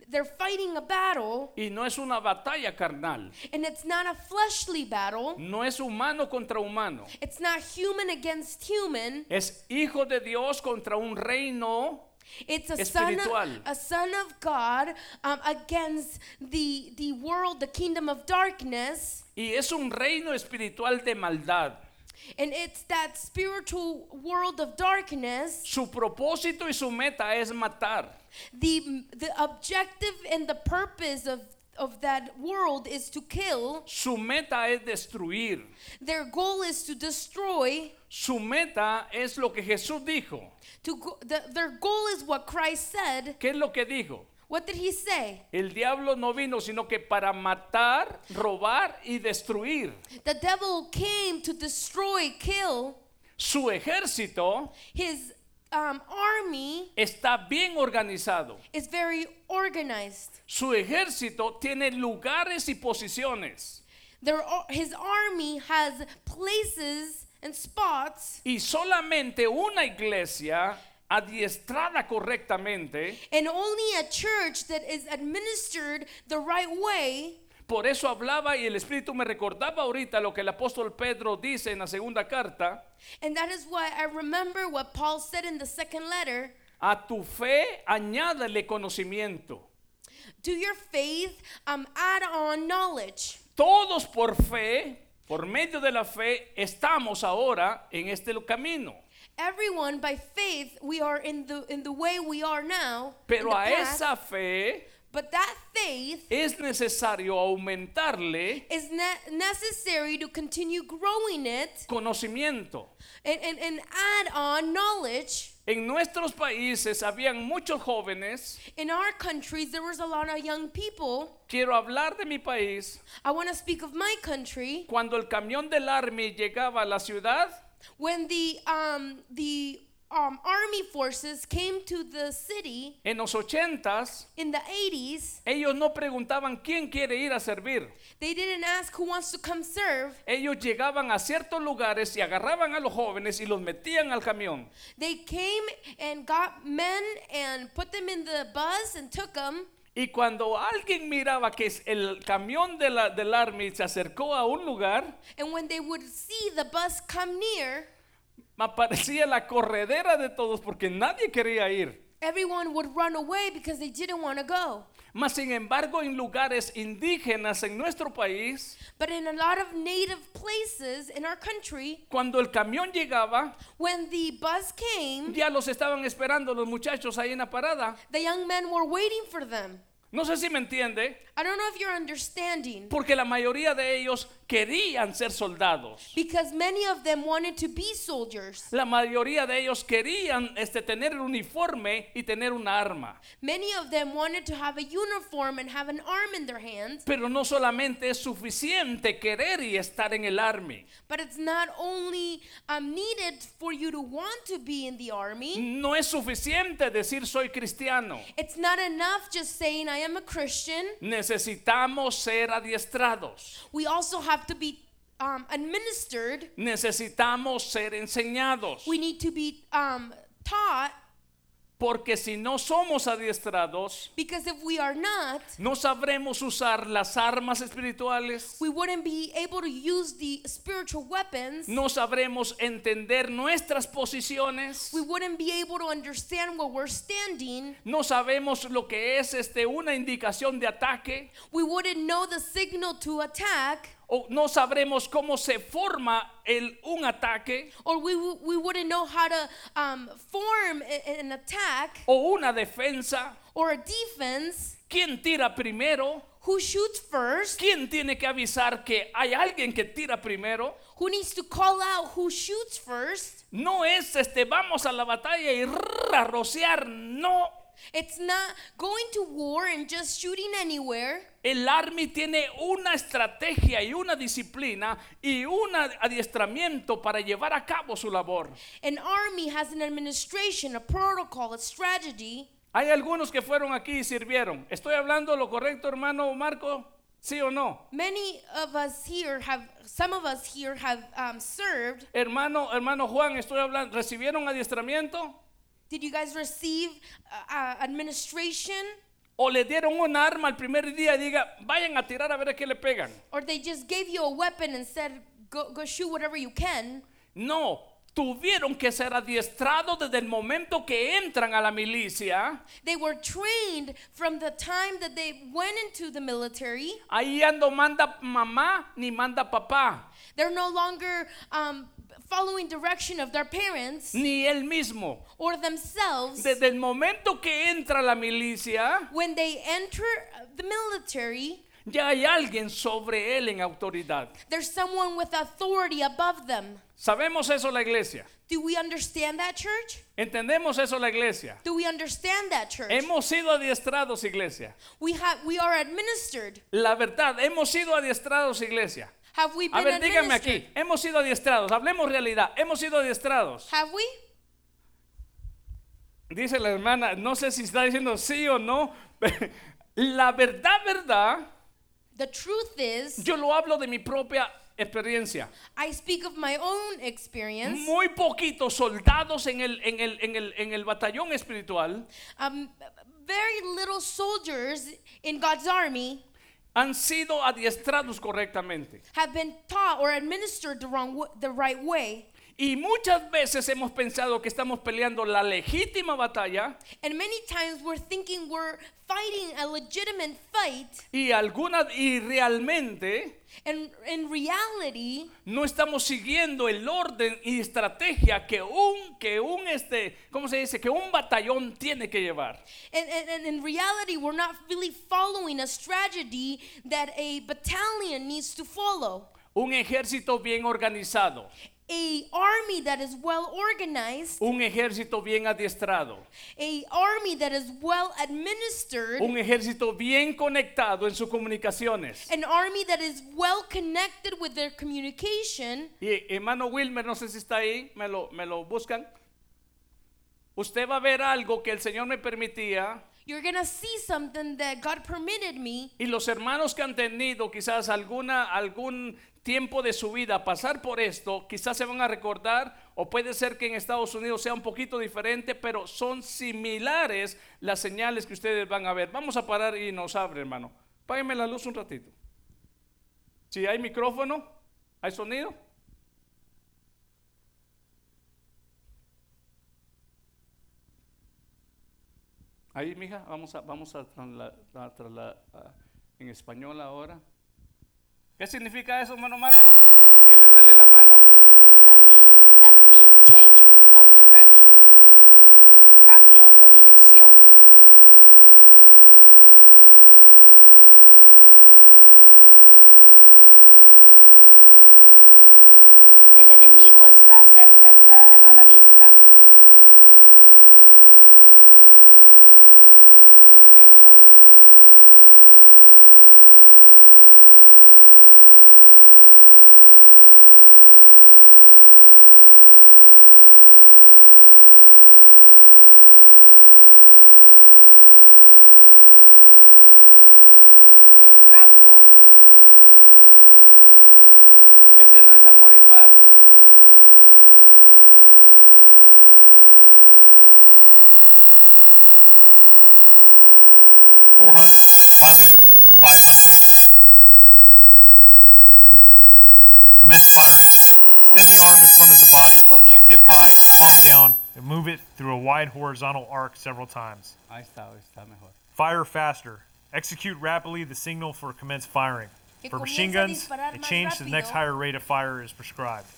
Speaker 3: They're fighting a battle,
Speaker 1: y no es una batalla carnal.
Speaker 3: and it's not a fleshly battle.
Speaker 1: No es humano contra humano.
Speaker 3: It's not human against human.
Speaker 1: Es hijo de Dios contra un reino
Speaker 3: It's a son
Speaker 1: Espiritual.
Speaker 3: of, a son of God um, against the the world, the kingdom of darkness,
Speaker 1: y es un reino espiritual de maldad.
Speaker 3: and it's that spiritual world of darkness.
Speaker 1: Su propósito y su meta es matar,
Speaker 3: The the objective and the purpose of of that world is to kill.
Speaker 1: su meta es destruir,
Speaker 3: Their goal is to destroy.
Speaker 1: su meta es lo que Jesús dijo.
Speaker 3: To go, the, their goal is what Christ said.
Speaker 1: ¿Qué es lo que dijo?
Speaker 3: What did he say?
Speaker 1: El diablo no vino sino que para matar, robar y destruir.
Speaker 3: The devil came to destroy, kill.
Speaker 1: Su ejército
Speaker 3: His um, army
Speaker 1: está bien organizado.
Speaker 3: is very organized.
Speaker 1: Su ejército tiene lugares y posiciones.
Speaker 3: Their, ar- his army has places and spots,
Speaker 1: Y solamente una iglesia adiestrada correctamente,
Speaker 3: and only a church that is administered the right way.
Speaker 1: por eso hablaba y el Espíritu me recordaba ahorita lo que el apóstol Pedro dice en la segunda carta,
Speaker 3: And that is why I remember what Paul said in the second letter
Speaker 1: a tu fe añádale conocimiento.
Speaker 3: to your faith, um, add on knowledge.
Speaker 1: Todos por fe, por medio de la fe, estamos ahora en este camino.
Speaker 3: Everyone by faith we are in the in the way we are now. in
Speaker 1: Pero
Speaker 3: the
Speaker 1: a
Speaker 3: path,
Speaker 1: esa fe
Speaker 3: but that faith
Speaker 1: es necesario aumentarle
Speaker 3: is ne- necessary to continue growing it
Speaker 1: conocimiento.
Speaker 3: and, and, and add on knowledge.
Speaker 1: En nuestros países habían muchos jóvenes.
Speaker 3: In our countries there was a lot of young people.
Speaker 1: Quiero hablar de mi país.
Speaker 3: I want to speak of my country.
Speaker 1: Cuando el camión del Army llegaba a la ciudad,
Speaker 3: When the um the um, army forces came to the city
Speaker 1: en los ochentas,
Speaker 3: in the 80s,
Speaker 1: ellos no preguntaban quién quiere ir a servir.
Speaker 3: they didn't ask who wants to come serve.
Speaker 1: Ellos llegaban a ciertos lugares y agarraban a los jóvenes y los metían al camión.
Speaker 3: They came and got men and put them in the bus and took them.
Speaker 1: Y cuando alguien miraba que es- el camión de la- del Army se acercó a un lugar,
Speaker 3: And when they would see the bus come near,
Speaker 1: aparecía la corredera de todos porque nadie quería ir.
Speaker 3: everyone would run away because they didn't want to go.
Speaker 1: Mas sin embargo, en lugares indígenas en nuestro país,
Speaker 3: But in a lot of native places in our country,
Speaker 1: cuando el camión llegaba,
Speaker 3: when the bus came,
Speaker 1: ya los estaban esperando los muchachos ahí en la parada.
Speaker 3: the young men were waiting for them.
Speaker 1: No sé si me entiende,
Speaker 3: I don't know if you're understanding
Speaker 1: porque la mayoría de ellos querían ser soldados.
Speaker 3: because many of them wanted to be soldiers.
Speaker 1: La mayoría de ellos querían este, tener el uniforme y tener un arma.
Speaker 3: Many of them wanted to have a uniform and have an arm in their hand.
Speaker 1: Pero no solamente es suficiente querer y estar en el army.
Speaker 3: But it's not only um, needed for you to want to be in the army.
Speaker 1: No es suficiente decir soy cristiano.
Speaker 3: It's not enough just saying I am a Christian.
Speaker 1: Necesitamos ser adiestrados.
Speaker 3: We also have to be um, administered.
Speaker 1: Necesitamos ser enseñados.
Speaker 3: We need to be um, taught
Speaker 1: Porque si no somos adiestrados,
Speaker 3: because if we are not,
Speaker 1: no sabremos usar las armas espirituales.
Speaker 3: we wouldn't be able to use the spiritual weapons.
Speaker 1: No sabremos entender nuestras posiciones.
Speaker 3: We wouldn't be able to understand where we're standing.
Speaker 1: No sabemos lo que es este, una indicación de ataque.
Speaker 3: We wouldn't know the signal to attack,
Speaker 1: O no sabremos cómo se forma el, un ataque
Speaker 3: or we, w- we wouldn't know how to um, form a- a- an attack
Speaker 1: o una defensa.
Speaker 3: or a defense.
Speaker 1: ¿Quién tira primero?
Speaker 3: Who shoots first?
Speaker 1: ¿Quién tiene que avisar que hay alguien que tira primero?
Speaker 3: Who needs to call out who shoots first?
Speaker 1: No es este, vamos a la batalla y rrr, a rociar. No,
Speaker 3: It's not going to war and just shooting anywhere.
Speaker 1: el Army tiene una estrategia y una disciplina y un ad- adiestramiento para llevar a cabo su labor.
Speaker 3: An army has an administration, a protocol, a strategy.
Speaker 1: Hay algunos que fueron aquí y sirvieron. ¿Estoy hablando lo correcto, hermano Marco? ¿Sí o no?
Speaker 3: Many of us here have, some of us here have um, served.
Speaker 1: Hermano, hermano Juan, estoy hablando, ¿recibieron adiestramiento?
Speaker 3: Did you guys receive uh, uh, administration?
Speaker 1: ¿O le dieron un arma al primer día y diga, vayan a tirar a ver a qué le pegan?
Speaker 3: Or they just gave you a weapon and said, go, go shoot whatever you can?
Speaker 1: No, tuvieron que ser adiestrados desde el momento que entran a la milicia.
Speaker 3: They were trained from the time that they went into the military.
Speaker 1: Ahí ya no manda mamá ni manda papá,
Speaker 3: They're no longer um, following direction of their parents
Speaker 1: ni él mismo.
Speaker 3: or themselves.
Speaker 1: Desde el momento que entra la milicia,
Speaker 3: When they enter the military,
Speaker 1: ya hay alguien sobre él en autoridad.
Speaker 3: there's someone with authority above them.
Speaker 1: ¿Sabemos eso la iglesia?
Speaker 3: Do we understand that, church?
Speaker 1: ¿Entendemos eso la iglesia?
Speaker 3: Do we understand that, church?
Speaker 1: Hemos sido adiestrados, iglesia.
Speaker 3: we have we are administered.
Speaker 1: La verdad, hemos sido adiestrados, iglesia.
Speaker 3: Have we
Speaker 1: A
Speaker 3: been
Speaker 1: ver, díganme
Speaker 3: administered?
Speaker 1: aquí, hemos sido adiestrados, hablemos realidad, hemos sido adiestrados.
Speaker 3: Have we?
Speaker 1: Dice la hermana, no sé si está diciendo sí o no. La verdad, verdad,
Speaker 3: The truth is,
Speaker 1: yo lo hablo de mi propia experiencia.
Speaker 3: I speak of my own experience.
Speaker 1: Muy poquitos soldados en el, en el, en el, en el batallón espiritual
Speaker 3: Um, very little soldiers in God's army
Speaker 1: han sido adiestrados correctamente.
Speaker 3: have been taught or administered the wrong w- the right way.
Speaker 1: Y muchas veces hemos pensado que estamos peleando la legítima batalla
Speaker 3: And many times we're thinking we're fighting a legitimate fight,
Speaker 1: y algunas y realmente
Speaker 3: and in reality,
Speaker 1: no estamos siguiendo el orden y estrategia que un que un este, ¿cómo se dice? que un batallón tiene que llevar.
Speaker 3: and, and, and in reality, we're not really following a strategy that a battalion needs to follow.
Speaker 1: Un ejército bien organizado,
Speaker 3: A army that is well organized,
Speaker 1: un ejército bien adiestrado,
Speaker 3: a army that is well administered,
Speaker 1: un ejército bien conectado en sus comunicaciones.
Speaker 3: an army that is well connected with their communication.
Speaker 1: Y hermano Wilmer, no sé si está ahí, me lo, me lo buscan. Usted va a ver algo que el Señor me permitía
Speaker 3: You're gonna see something that God permitted me
Speaker 1: y los hermanos que han tenido quizás alguna algún tiempo de su vida pasar por esto, quizás se van a recordar o puede ser que en Estados Unidos sea un poquito diferente, pero son similares las señales que ustedes van a ver. Vamos a parar y nos abre, hermano. Págueme la luz un ratito. Si hay micrófono, hay sonido. Ahí, mija, vamos a, vamos a trasladar en español ahora. ¿Qué significa eso, hermano Marco? ¿Que le duele la mano?
Speaker 3: What does that mean? That means change of direction. Cambio de dirección. El enemigo está cerca, está a la vista.
Speaker 1: ¿No teníamos audio?
Speaker 3: El rango,
Speaker 1: Ese no es amor y paz.
Speaker 4: Four hundred, and finally 500 meters. Commence firing. Extend the arm in front of the body, hip
Speaker 3: comiencen a
Speaker 4: high,
Speaker 3: disparar.
Speaker 4: palm down, and move it through a wide horizontal arc several times.
Speaker 1: Ahí está, ahí está mejor.
Speaker 4: Fire faster. Execute rapidly the signal for commence firing.
Speaker 3: Que
Speaker 4: For machine
Speaker 3: comience a
Speaker 4: guns,
Speaker 3: disparar
Speaker 4: a
Speaker 3: más
Speaker 4: change to the next
Speaker 3: rápido.
Speaker 4: higher rate of fire is prescribed.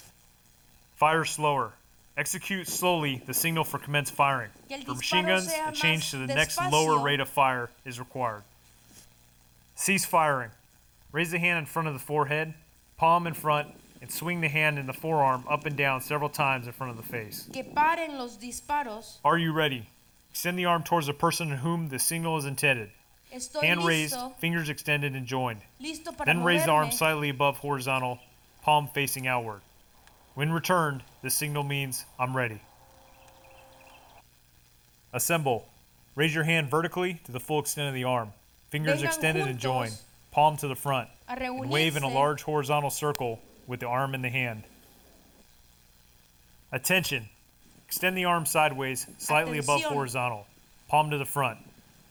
Speaker 4: Fire slower. Execute slowly the signal for commence firing.
Speaker 3: Que el
Speaker 4: For machine
Speaker 3: disparo
Speaker 4: guns,
Speaker 3: sea
Speaker 4: a change
Speaker 3: más
Speaker 4: to the next
Speaker 3: despacio.
Speaker 4: lower rate of fire is required. Cease firing. Raise the hand in front of the forehead, palm in front, and swing the hand and the forearm up and down several times in front of the face.
Speaker 3: Que paren los disparos.
Speaker 4: Are you ready? Extend the arm towards the person to whom the signal is intended.
Speaker 3: Estoy
Speaker 4: Hand raised,
Speaker 3: listo,
Speaker 4: fingers extended and joined.
Speaker 3: listo para
Speaker 4: Then raise the arm
Speaker 3: moverme.
Speaker 4: slightly above horizontal, palm facing outward. When returned, the signal means I'm ready. Assemble. Raise your hand vertically to the full extent of the arm. Fingers
Speaker 3: Vengan
Speaker 4: extended and
Speaker 3: juntos.
Speaker 4: joined. palm to the front,
Speaker 3: a
Speaker 4: and wave in a
Speaker 3: reunirse.
Speaker 4: large horizontal circle with the arm in the hand. Attention. Extend the arm sideways, slightly above
Speaker 3: Atención.
Speaker 4: horizontal, palm to the front.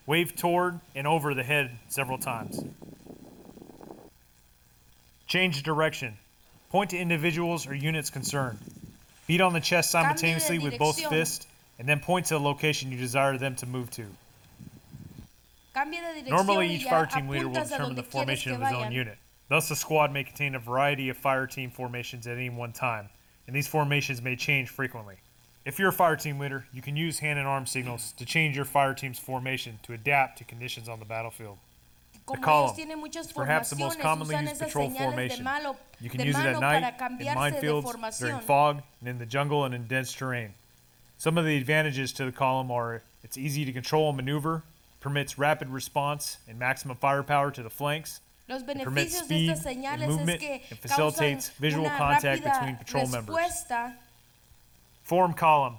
Speaker 4: Wave toward and over the head several times. Change direction. Point to individuals or units concerned. Beat on the chest
Speaker 3: de
Speaker 4: simultaneously with both
Speaker 3: dirección.
Speaker 4: fists, and then point to the location you desire them to move to.
Speaker 3: Cambia de dirección
Speaker 4: Normally,
Speaker 3: y
Speaker 4: each
Speaker 3: a-
Speaker 4: fire team leader will
Speaker 3: apuntas a
Speaker 4: determine
Speaker 3: donde
Speaker 4: the
Speaker 3: quieres
Speaker 4: formation
Speaker 3: que
Speaker 4: of his own
Speaker 3: vayan.
Speaker 4: unit. Thus, the squad may contain a variety of fire team formations at any one time, and these formations may change frequently. If you're a fire team leader, you can use hand and arm signals to change your fire team's formation to adapt to conditions on the battlefield.
Speaker 3: Como
Speaker 4: column,
Speaker 3: ellos tienen muchas
Speaker 4: Perhaps the most
Speaker 3: formaciones,
Speaker 4: commonly
Speaker 3: usan
Speaker 4: used
Speaker 3: esas
Speaker 4: patrol
Speaker 3: señales de
Speaker 4: formation.
Speaker 3: malo-
Speaker 4: You can
Speaker 3: de
Speaker 4: use it at
Speaker 3: mano
Speaker 4: night,
Speaker 3: para
Speaker 4: in
Speaker 3: cambiarse de
Speaker 4: minefields, during
Speaker 3: formación.
Speaker 4: fog, and in the jungle and in dense terrain. Some of the advantages to the column are it's easy to control and maneuver, permits rapid response and maximum firepower to the flanks,
Speaker 3: Los
Speaker 4: It permits
Speaker 3: beneficios de
Speaker 4: speed
Speaker 3: estas
Speaker 4: and
Speaker 3: señales es
Speaker 4: movement
Speaker 3: que
Speaker 4: and
Speaker 3: causan
Speaker 4: facilitates visual
Speaker 3: una
Speaker 4: contact
Speaker 3: rápida
Speaker 4: between patrol members.
Speaker 3: respuesta.
Speaker 4: Form column.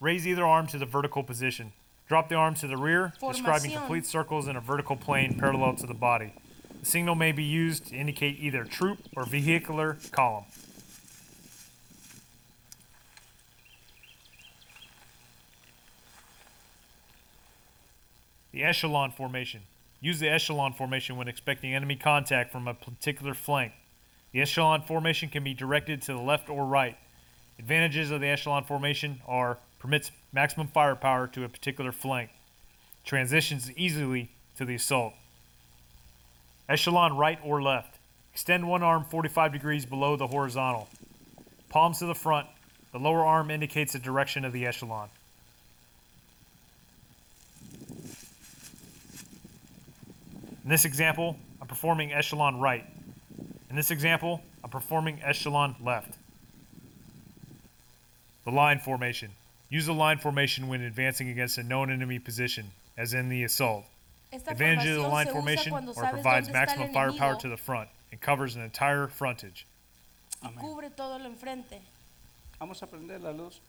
Speaker 4: Raise either arm to the vertical position. Drop the arm to the rear, describing
Speaker 3: Formación.
Speaker 4: complete circles in a vertical plane parallel to the body. The signal may be used to indicate either troop or vehicular column. The echelon formation. Use the echelon formation when expecting enemy contact from a particular flank. The echelon formation can be directed to the left or right. Advantages of the echelon formation are permits maximum firepower to a particular flank, transitions easily to the assault. Echelon right or left. Extend one arm 45 degrees below the horizontal. Palms to the front. The lower arm indicates the direction of the echelon. In this example, I'm performing echelon right. In this example, I'm performing echelon left. The line formation. Use the line formation when advancing against a known enemy position, as in the assault.
Speaker 3: Esta
Speaker 4: Advantage of the
Speaker 3: formación
Speaker 4: line
Speaker 3: se usa
Speaker 4: formation
Speaker 3: cuando
Speaker 4: or
Speaker 3: sabes
Speaker 4: provides
Speaker 3: dónde está el
Speaker 4: maximum firepower
Speaker 3: enemigo
Speaker 4: to the front and covers an entire frontage.
Speaker 3: y cubre todo lo enfrente.
Speaker 1: Vamos a prender la luz.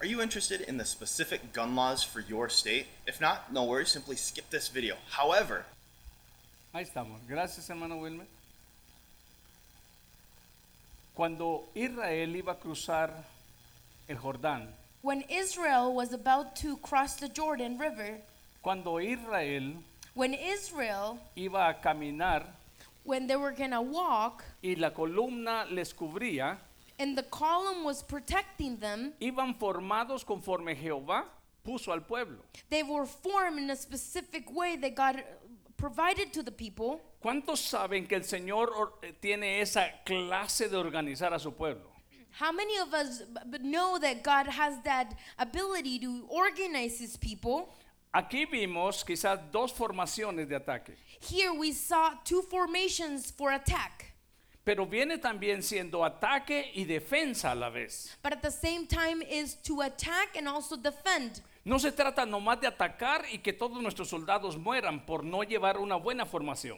Speaker 5: Are you interested in the specific gun laws for your state? If not, no worries, simply skip this video. However,
Speaker 1: Ahí estamos. Gracias, hermano Wilmer. Cuando Israel iba a cruzar el Jordán,
Speaker 3: When Israel was about to cross the Jordan River,
Speaker 1: cuando Israel
Speaker 3: when Israel,
Speaker 1: iba a caminar
Speaker 3: when they were gonna walk,
Speaker 1: y la columna les cubría,
Speaker 3: and the column was protecting them,
Speaker 1: iban formados conforme Jehová puso al pueblo.
Speaker 3: they were formed in a specific way that God uh, provided to the people.
Speaker 1: ¿Cuántos saben que el Señor or- eh, tiene esa clase de organizar a su pueblo?
Speaker 3: How many of us b- b- know that God has that ability to organize his people?
Speaker 1: Aquí vimos quizás dos formaciones de ataque,
Speaker 3: Here we saw two formations for attack,
Speaker 1: pero viene también siendo ataque y defensa a la vez.
Speaker 3: but at the same time is to attack and also defend.
Speaker 1: No se trata nomás de atacar y que todos nuestros soldados mueran por no llevar una buena formación.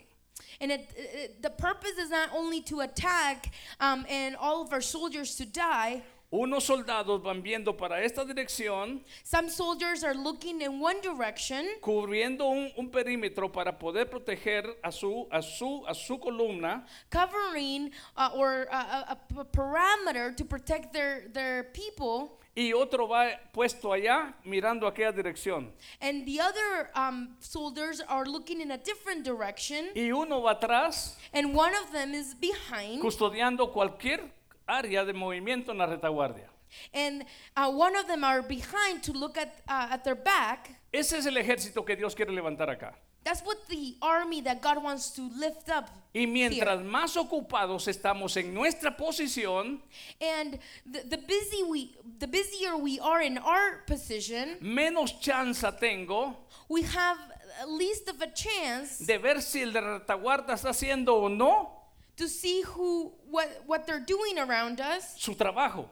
Speaker 3: And it, it- the purpose is not only to attack um, and all of our soldiers to die.
Speaker 1: Unos soldados van viendo para esta dirección,
Speaker 3: Some soldiers are looking in one direction,
Speaker 1: cubriendo un, un perímetro para poder proteger a su, a su, a su columna
Speaker 3: covering uh, or uh, a, a p- parameter to protect their, their people.
Speaker 1: y otro va puesto allá mirando aquella dirección.
Speaker 3: And the other um, soldiers are looking in a different direction,
Speaker 1: Y uno va atrás
Speaker 3: and one of them is behind,
Speaker 1: custodiando cualquier área de movimiento en la retaguardia.
Speaker 3: and uh, one of them are behind to look at uh, at their back.
Speaker 1: Ese es el ejército que Dios quiere levantar acá.
Speaker 3: That's what the army that God wants to lift up.
Speaker 1: Y mientras
Speaker 3: here.
Speaker 1: más ocupados estamos en nuestra posición,
Speaker 3: and the, the busy we the busier we are in our position,
Speaker 1: menos chance tengo
Speaker 3: we have uh, least of a chance
Speaker 1: de ver si el de retaguardia está haciendo o no
Speaker 3: to see who what what they're doing around us,
Speaker 1: su trabajo.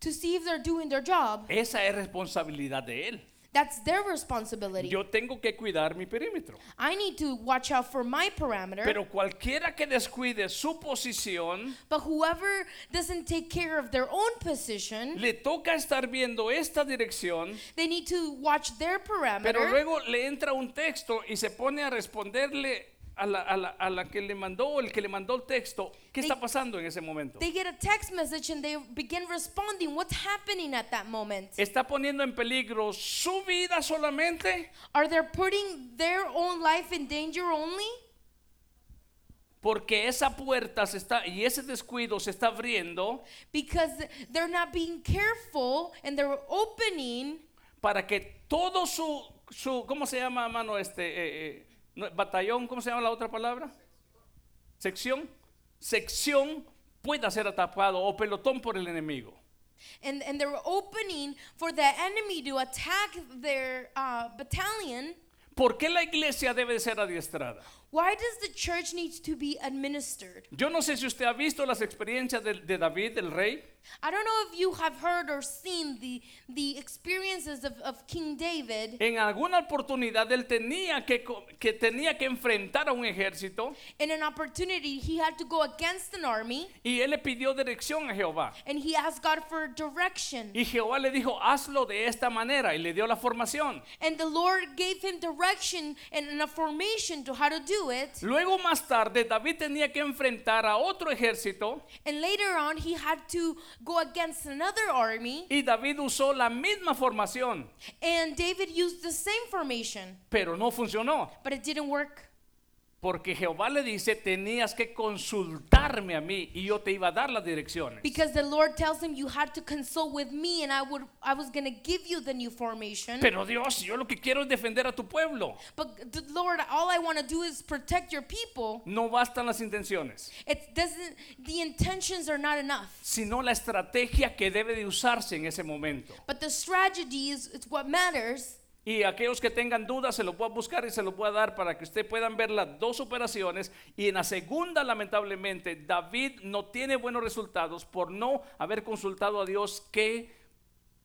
Speaker 3: to see if they're doing their job.
Speaker 1: Esa es responsabilidad de él.
Speaker 3: That's their responsibility.
Speaker 1: Yo tengo que cuidar mi perímetro.
Speaker 3: I need to watch out for my parameter.
Speaker 1: Pero cualquiera que descuide su posición,
Speaker 3: but whoever doesn't take care of their own position,
Speaker 1: le toca estar viendo esta dirección,
Speaker 3: they need to watch their
Speaker 1: pero
Speaker 3: parameter.
Speaker 1: luego le entra un texto y se pone a responderle a la, a la- a la que le mandó o el que le mandó el texto. ¿Qué está
Speaker 3: They-
Speaker 1: pasando en ese momento?
Speaker 3: They get a text message and they begin responding. What's happening at that moment?
Speaker 1: ¿Está poniendo en peligro su vida solamente
Speaker 3: Are they putting their own life in danger only?
Speaker 1: porque esa puerta se está y ese descuido se está abriendo
Speaker 3: Because they're not being careful and they're opening
Speaker 1: para que todo su, su ¿cómo se llama, mano? Este, eh, eh, no, batallón, ¿cómo se llama la otra palabra? Sección. Sección pueda ser atacado o pelotón por el enemigo.
Speaker 3: and, and they're opening for the enemy to attack their uh, battalion.
Speaker 1: ¿Por qué la iglesia debe ser adiestrada?
Speaker 3: Why does the church need to be administered?
Speaker 1: Yo no sé si usted ha visto las experiencias de, de David, el rey,
Speaker 3: I don't know if you have heard or seen the, the experiences of, of King David.
Speaker 1: En alguna oportunidad él tenía que, co- que tenía que enfrentar a un ejército
Speaker 3: In an opportunity, he had to go against an army
Speaker 1: y él le pidió dirección a Jehová.
Speaker 3: and he asked God for direction.
Speaker 1: Y Jehová le dijo, hazlo de esta manera y le dio la formación.
Speaker 3: And the Lord gave him direction and and a formation to how to do it.
Speaker 1: Luego más tarde David tenía que enfrentar a otro ejército
Speaker 3: And later on, he had to go against another army.
Speaker 1: y David usó la misma formación,
Speaker 3: And David used the same formation,
Speaker 1: pero no funcionó.
Speaker 3: but it didn't work
Speaker 1: Porque Jehová le dice, tenías que consultarme a mí y yo te iba a dar las direcciones.
Speaker 3: because the Lord tells him, "You had to consult with me, and I would, I was gonna give you the new formation."
Speaker 1: Pero Dios, yo lo que quiero es defender a tu pueblo.
Speaker 3: But the Lord, all I want to do is protect your people.
Speaker 1: No bastan las intenciones,
Speaker 3: It doesn't. The intentions are not enough.
Speaker 1: sino la estrategia que debe de usarse en ese momento.
Speaker 3: But the strategy is it's what matters.
Speaker 1: Y aquellos que tengan dudas se los voy a buscar y se los voy a dar para que ustedes puedan ver las dos operaciones. Y en la segunda, lamentablemente, David no tiene buenos resultados por no haber consultado a Dios qué,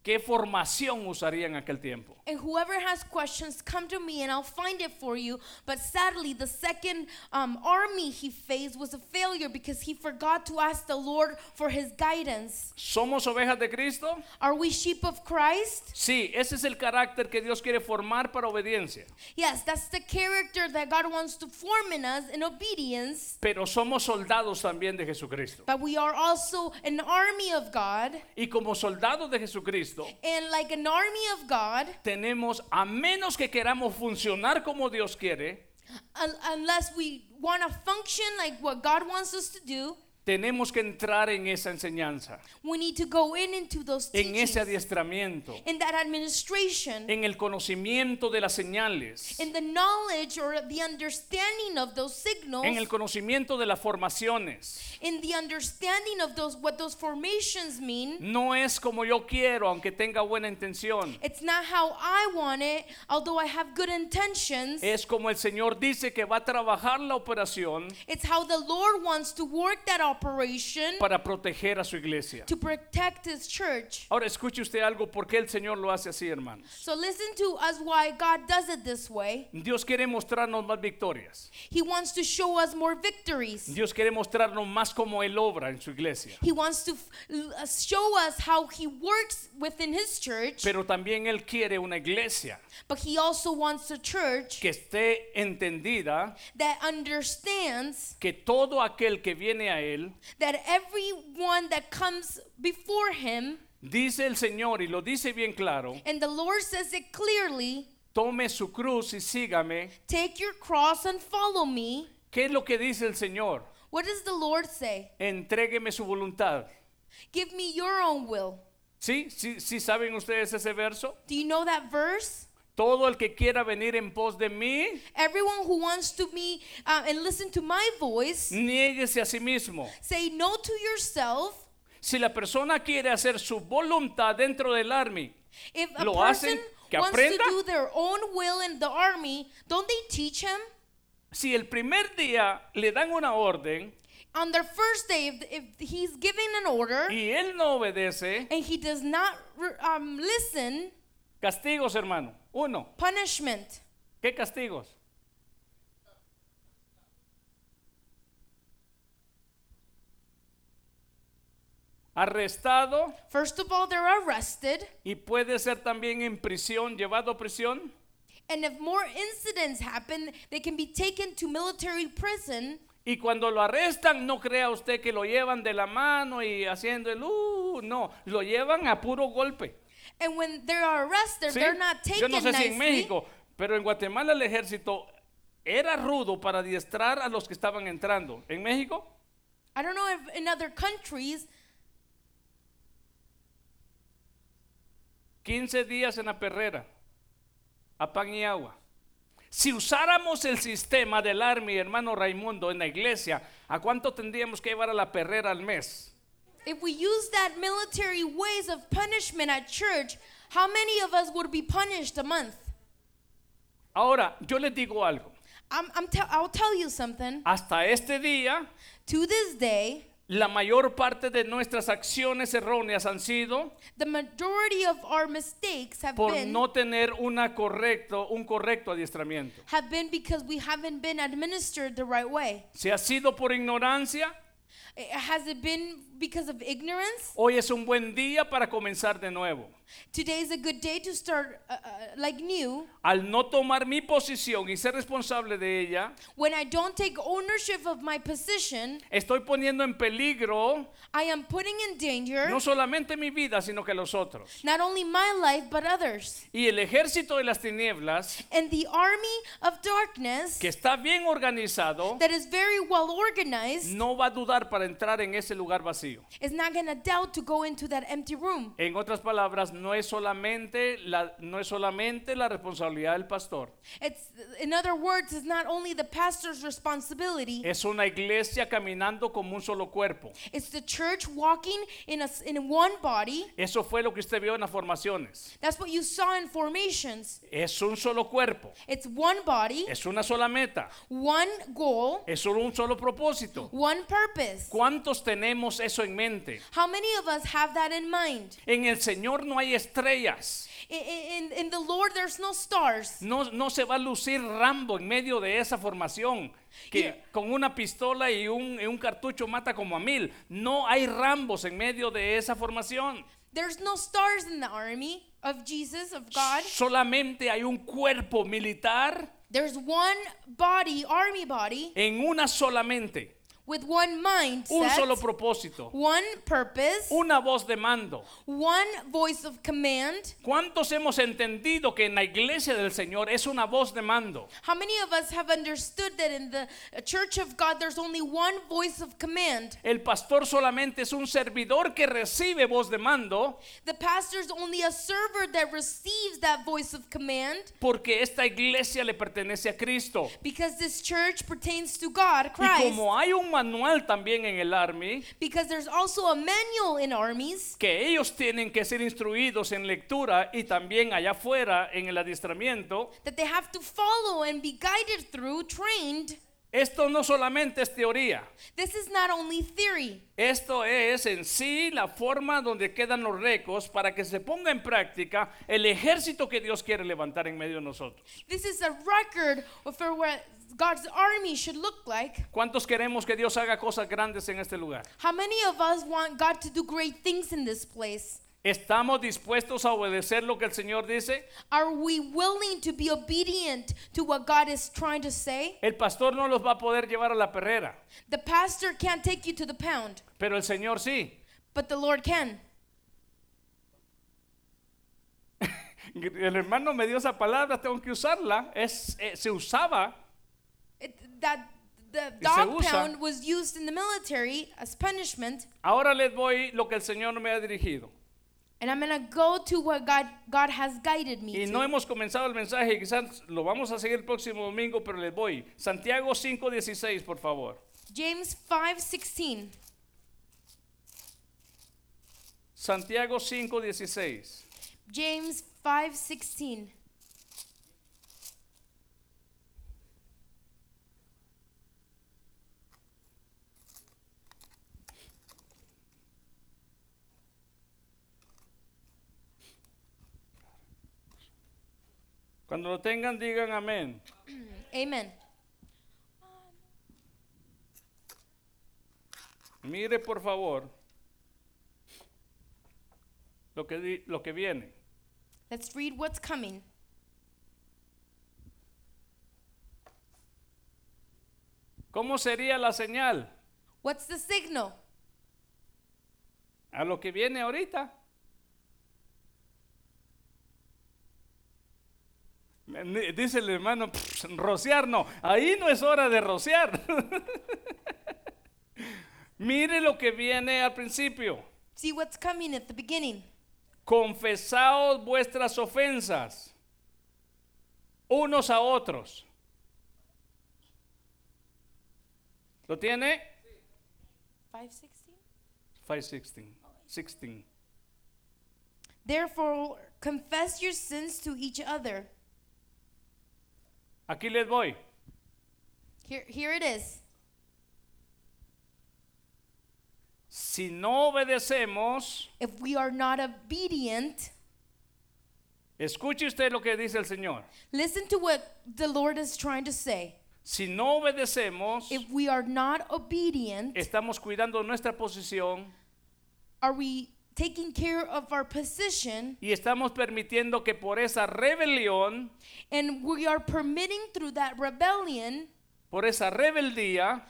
Speaker 1: qué formación usaría en aquel tiempo.
Speaker 3: And whoever has questions, come to me and I'll find it for you. But sadly, the second um, army he faced was a failure because he forgot to ask the Lord for his guidance.
Speaker 1: ¿Somos ovejas de Cristo?
Speaker 3: Are we sheep of Christ?
Speaker 1: Sí, ese es el carácter que Dios quiere formar para obediencia.
Speaker 3: Yes, that's the character that God wants to form in us in obedience.
Speaker 1: Pero somos soldados también de Jesucristo.
Speaker 3: But we are also an army of God.
Speaker 1: Y como soldados de Jesucristo,
Speaker 3: And like an army of God,
Speaker 1: tenemos, a menos que queramos funcionar como Dios quiere,
Speaker 3: un- unless we want to function like what God wants us to do,
Speaker 1: Tenemos que entrar en esa enseñanza,
Speaker 3: we need to go in into those
Speaker 1: en
Speaker 3: teachings,
Speaker 1: ese adiestramiento,
Speaker 3: in that administration,
Speaker 1: en el conocimiento de las señales,
Speaker 3: in the knowledge or the understanding of those signals,
Speaker 1: en el conocimiento de las formaciones.
Speaker 3: in the understanding of those what those formations mean.
Speaker 1: No es como yo quiero, aunque tenga buena intención.
Speaker 3: It's not how I want it, although I have good intentions.
Speaker 1: Es como el Señor dice que va a trabajar la operación
Speaker 3: It's how the Lord wants to work that operation
Speaker 1: para proteger a su iglesia.
Speaker 3: to protect His church.
Speaker 1: Ahora escuche usted algo, ¿por qué el Señor lo hace así, hermanos?
Speaker 3: So listen to us why God does it this way.
Speaker 1: Dios quiere mostrarnos más victorias.
Speaker 3: He wants to show us more victories.
Speaker 1: Dios quiere mostrarnos más cómo Él obra en su iglesia.
Speaker 3: He wants to f- l- uh, show us how he works within his church,
Speaker 1: Pero también Él quiere una iglesia
Speaker 3: but he also wants a church
Speaker 1: que esté entendida
Speaker 3: that understands
Speaker 1: que todo aquel que viene a él,
Speaker 3: that everyone that comes before him,
Speaker 1: dice el Señor y lo dice bien claro,
Speaker 3: and the Lord says it clearly
Speaker 1: tome su cruz y sígame.
Speaker 3: take your cross and follow me.
Speaker 1: ¿Qué es lo que dice el Señor?
Speaker 3: What does the Lord say?
Speaker 1: Entrégueme su voluntad.
Speaker 3: Give me your own will.
Speaker 1: ¿Sí? ¿Sí, sí saben ustedes ese verso?
Speaker 3: Do you know that verse?
Speaker 1: Todo el que quiera venir en pos de mí,
Speaker 3: Everyone who wants to be uh, and listen to my
Speaker 1: Mm.
Speaker 3: voice,
Speaker 1: niéguese a sí mismo.
Speaker 3: say no to yourself.
Speaker 1: Si la persona quiere hacer su voluntad dentro del army,
Speaker 3: If a
Speaker 1: Lo
Speaker 3: person
Speaker 1: hacen, que
Speaker 3: wants
Speaker 1: aprenda.
Speaker 3: to do their own will in the army, don't they teach him?
Speaker 1: si el primer día le dan una orden
Speaker 3: On their first day, if, if he's
Speaker 1: Mm.
Speaker 3: giving an order
Speaker 1: y él no obedece,
Speaker 3: and he does not re- um, listen,
Speaker 1: Castigos, hermano. Uno,
Speaker 3: Punishment.
Speaker 1: ¿qué castigos? Arrestado
Speaker 3: First of all, they're arrested.
Speaker 1: y puede ser también en prisión, llevado a prisión.
Speaker 3: And if more incidents happen, they can be taken to military prison.
Speaker 1: Y cuando lo arrestan, no crea usted que lo llevan de la mano y haciendo el uh, no, lo llevan a puro golpe.
Speaker 3: And when they are arrested,
Speaker 1: ¿sí?
Speaker 3: they're not
Speaker 1: Yo
Speaker 3: taken
Speaker 1: no sé si en
Speaker 3: nicely.
Speaker 1: México, pero en Guatemala el ejército era rudo para adiestrar a los que estaban entrando. ¿En México?
Speaker 3: I don't know if in other countries,
Speaker 1: 15 días en la perrera, a pan y agua. Si usáramos el sistema del Army, hermano Raimundo, en la iglesia, ¿a cuánto tendríamos que llevar a la perrera al mes?
Speaker 3: if we use that military ways of punishment at church, how many of us would be punished a month?
Speaker 1: Ahora, yo les digo algo.
Speaker 3: I'm, I'm tell I'll tell you something.
Speaker 1: Hasta este día,
Speaker 3: To this day,
Speaker 1: La mayor parte de nuestras acciones erróneas han sido
Speaker 3: the majority of our mistakes have
Speaker 1: por
Speaker 3: been
Speaker 1: no tener una correcto, un correcto adiestramiento.
Speaker 3: have been because we haven't been administered the right way.
Speaker 1: Si ha sido por ignorancia,
Speaker 3: Eh, Has it been because of ignorance?
Speaker 1: hoy es un buen día para comenzar de nuevo.
Speaker 3: Today is a good day to start uh, uh, like new.
Speaker 1: Al no tomar mi posición y ser responsable de ella,
Speaker 3: When I don't take ownership of my position,
Speaker 1: estoy poniendo en peligro
Speaker 3: I am putting in danger
Speaker 1: no solamente mi vida, sino que los otros.
Speaker 3: not only my life but others.
Speaker 1: Y el ejército de las tinieblas,
Speaker 3: And the army of darkness
Speaker 1: que está bien organizado,
Speaker 3: that is very well organized
Speaker 1: no va a dudar para entrar en ese lugar vacío.
Speaker 3: is not going to doubt to go into that empty room.
Speaker 1: En otras palabras, no es solamente la, no es solamente la responsabilidad del pastor.
Speaker 3: It's in other words, it's not only the pastor's responsibility.
Speaker 1: Es una iglesia caminando como un solo cuerpo.
Speaker 3: It's the church walking in a, s- in one body.
Speaker 1: Eso fue lo que usted vio en las formaciones.
Speaker 3: That's what you saw in formations.
Speaker 1: Es un solo cuerpo.
Speaker 3: It's one body,
Speaker 1: Es una sola meta.
Speaker 3: one goal,
Speaker 1: Es solo un solo propósito.
Speaker 3: one purpose.
Speaker 1: ¿Cuántos tenemos eso en mente?
Speaker 3: How many of us have that in mind?
Speaker 1: En el Señor no hay estrellas.
Speaker 3: I- i- In, in the Lord, there's no stars.
Speaker 1: No, no se va a lucir Rambo en medio de esa formación que
Speaker 3: Yeah.
Speaker 1: con una pistola y un, y un cartucho mata como a mil. No hay Rambos en medio de esa formación.
Speaker 3: There's no stars in the army of Jesus, of God.
Speaker 1: Solamente hay un cuerpo militar
Speaker 3: There's one body, army body,
Speaker 1: en una solamente,
Speaker 3: with one mind,
Speaker 1: un
Speaker 3: set,
Speaker 1: solo propósito,
Speaker 3: one purpose,
Speaker 1: una voz de mando.
Speaker 3: one voice of command.
Speaker 1: ¿Cuántos hemos entendido que en la iglesia del Señor es una voz de mando?
Speaker 3: How many of us have understood that in the uh, church of God there's only one voice of command?
Speaker 1: El pastor solamente es un servidor que recibe voz de mando
Speaker 3: The pastor's only a server that receives that voice of command
Speaker 1: porque esta iglesia le pertenece a Cristo.
Speaker 3: because this church pertains to God,
Speaker 1: Y
Speaker 3: Christ.
Speaker 1: como hay un manual también en el Army,
Speaker 3: Because there's also a manual in armies
Speaker 1: que ellos tienen que ser instruidos en lectura y también allá afuera en el adiestramiento,
Speaker 3: that they have to follow and be guided through, trained.
Speaker 1: esto no solamente es teoría,
Speaker 3: This is not only theory.
Speaker 1: esto es en sí la forma donde quedan los récords para que se ponga en práctica el ejército que Dios quiere levantar en medio de nosotros.
Speaker 3: This is a record for what God's army should look like.
Speaker 1: ¿Cuántos queremos que Dios haga cosas grandes en este lugar?
Speaker 3: How many of us want God to do great things in this place?
Speaker 1: ¿Estamos dispuestos a obedecer lo que el Señor dice?
Speaker 3: Are we willing to be obedient to what God is trying to say?
Speaker 1: El pastor no los va a poder llevar a la perrera,
Speaker 3: The pastor can't take you to the pound,
Speaker 1: pero el Señor sí.
Speaker 3: but the Lord can.
Speaker 1: El hermano me dio esa palabra, tengo que usarla. Es, eh, se usaba
Speaker 3: It, that the
Speaker 1: se
Speaker 3: dog
Speaker 1: usa.
Speaker 3: pound was used in the military as punishment,
Speaker 1: Ahora les voy lo que el Señor me ha dirigido.
Speaker 3: and I'm gonna go to what God God has guided me
Speaker 1: Y
Speaker 3: to.
Speaker 1: no hemos comenzado el mensaje, quizás lo vamos a seguir el próximo domingo, pero les voy. Santiago 5:16, por favor.
Speaker 3: James 5:16.
Speaker 1: Santiago 5:16.
Speaker 3: James 5:16.
Speaker 1: Cuando lo tengan, digan amén.
Speaker 3: Amen.
Speaker 1: Mire por favor lo que, di- lo que viene.
Speaker 3: Let's read what's coming.
Speaker 1: ¿Cómo sería la señal
Speaker 3: What's the signal?
Speaker 1: a lo que viene ahorita? Ni- Dice el hermano, "Pff, rociar no, ahí no es hora de rociar. Mire lo que viene al principio.
Speaker 3: See what's coming at the beginning.
Speaker 1: confesaos vuestras ofensas unos a otros. ¿Lo tiene?
Speaker 3: 516.
Speaker 1: 516. 16.
Speaker 3: Therefore, confess your sins to each other.
Speaker 1: Aquí les voy.
Speaker 3: Here, here it is.
Speaker 1: Si no obedecemos,
Speaker 3: If we are not obedient,
Speaker 1: escuche usted lo que dice el Señor.
Speaker 3: listen to what the Lord is trying to say.
Speaker 1: Si no obedecemos,
Speaker 3: If we are not obedient,
Speaker 1: estamos cuidando nuestra posición
Speaker 3: are we taking care of our position
Speaker 1: y estamos permitiendo que por esa rebelión,
Speaker 3: and we are permitting through that rebellion,
Speaker 1: por esa rebeldía,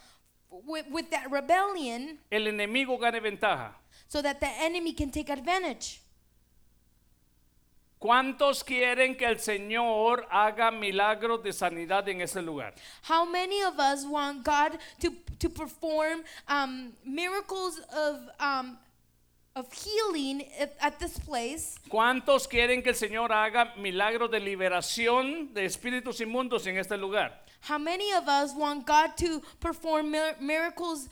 Speaker 3: with, with that rebellion,
Speaker 1: el enemigo gane ventaja.
Speaker 3: so that the enemy can take advantage?
Speaker 1: ¿Cuántos quieren que el Señor haga milagros de sanidad en ese lugar?
Speaker 3: How many of us want God to, to perform um, miracles of, um, of healing at, at this place?
Speaker 1: ¿Cuántos quieren que el Señor haga milagros de liberación de espíritus inmundos en este lugar?
Speaker 3: How many of us want God to perform mir- miracles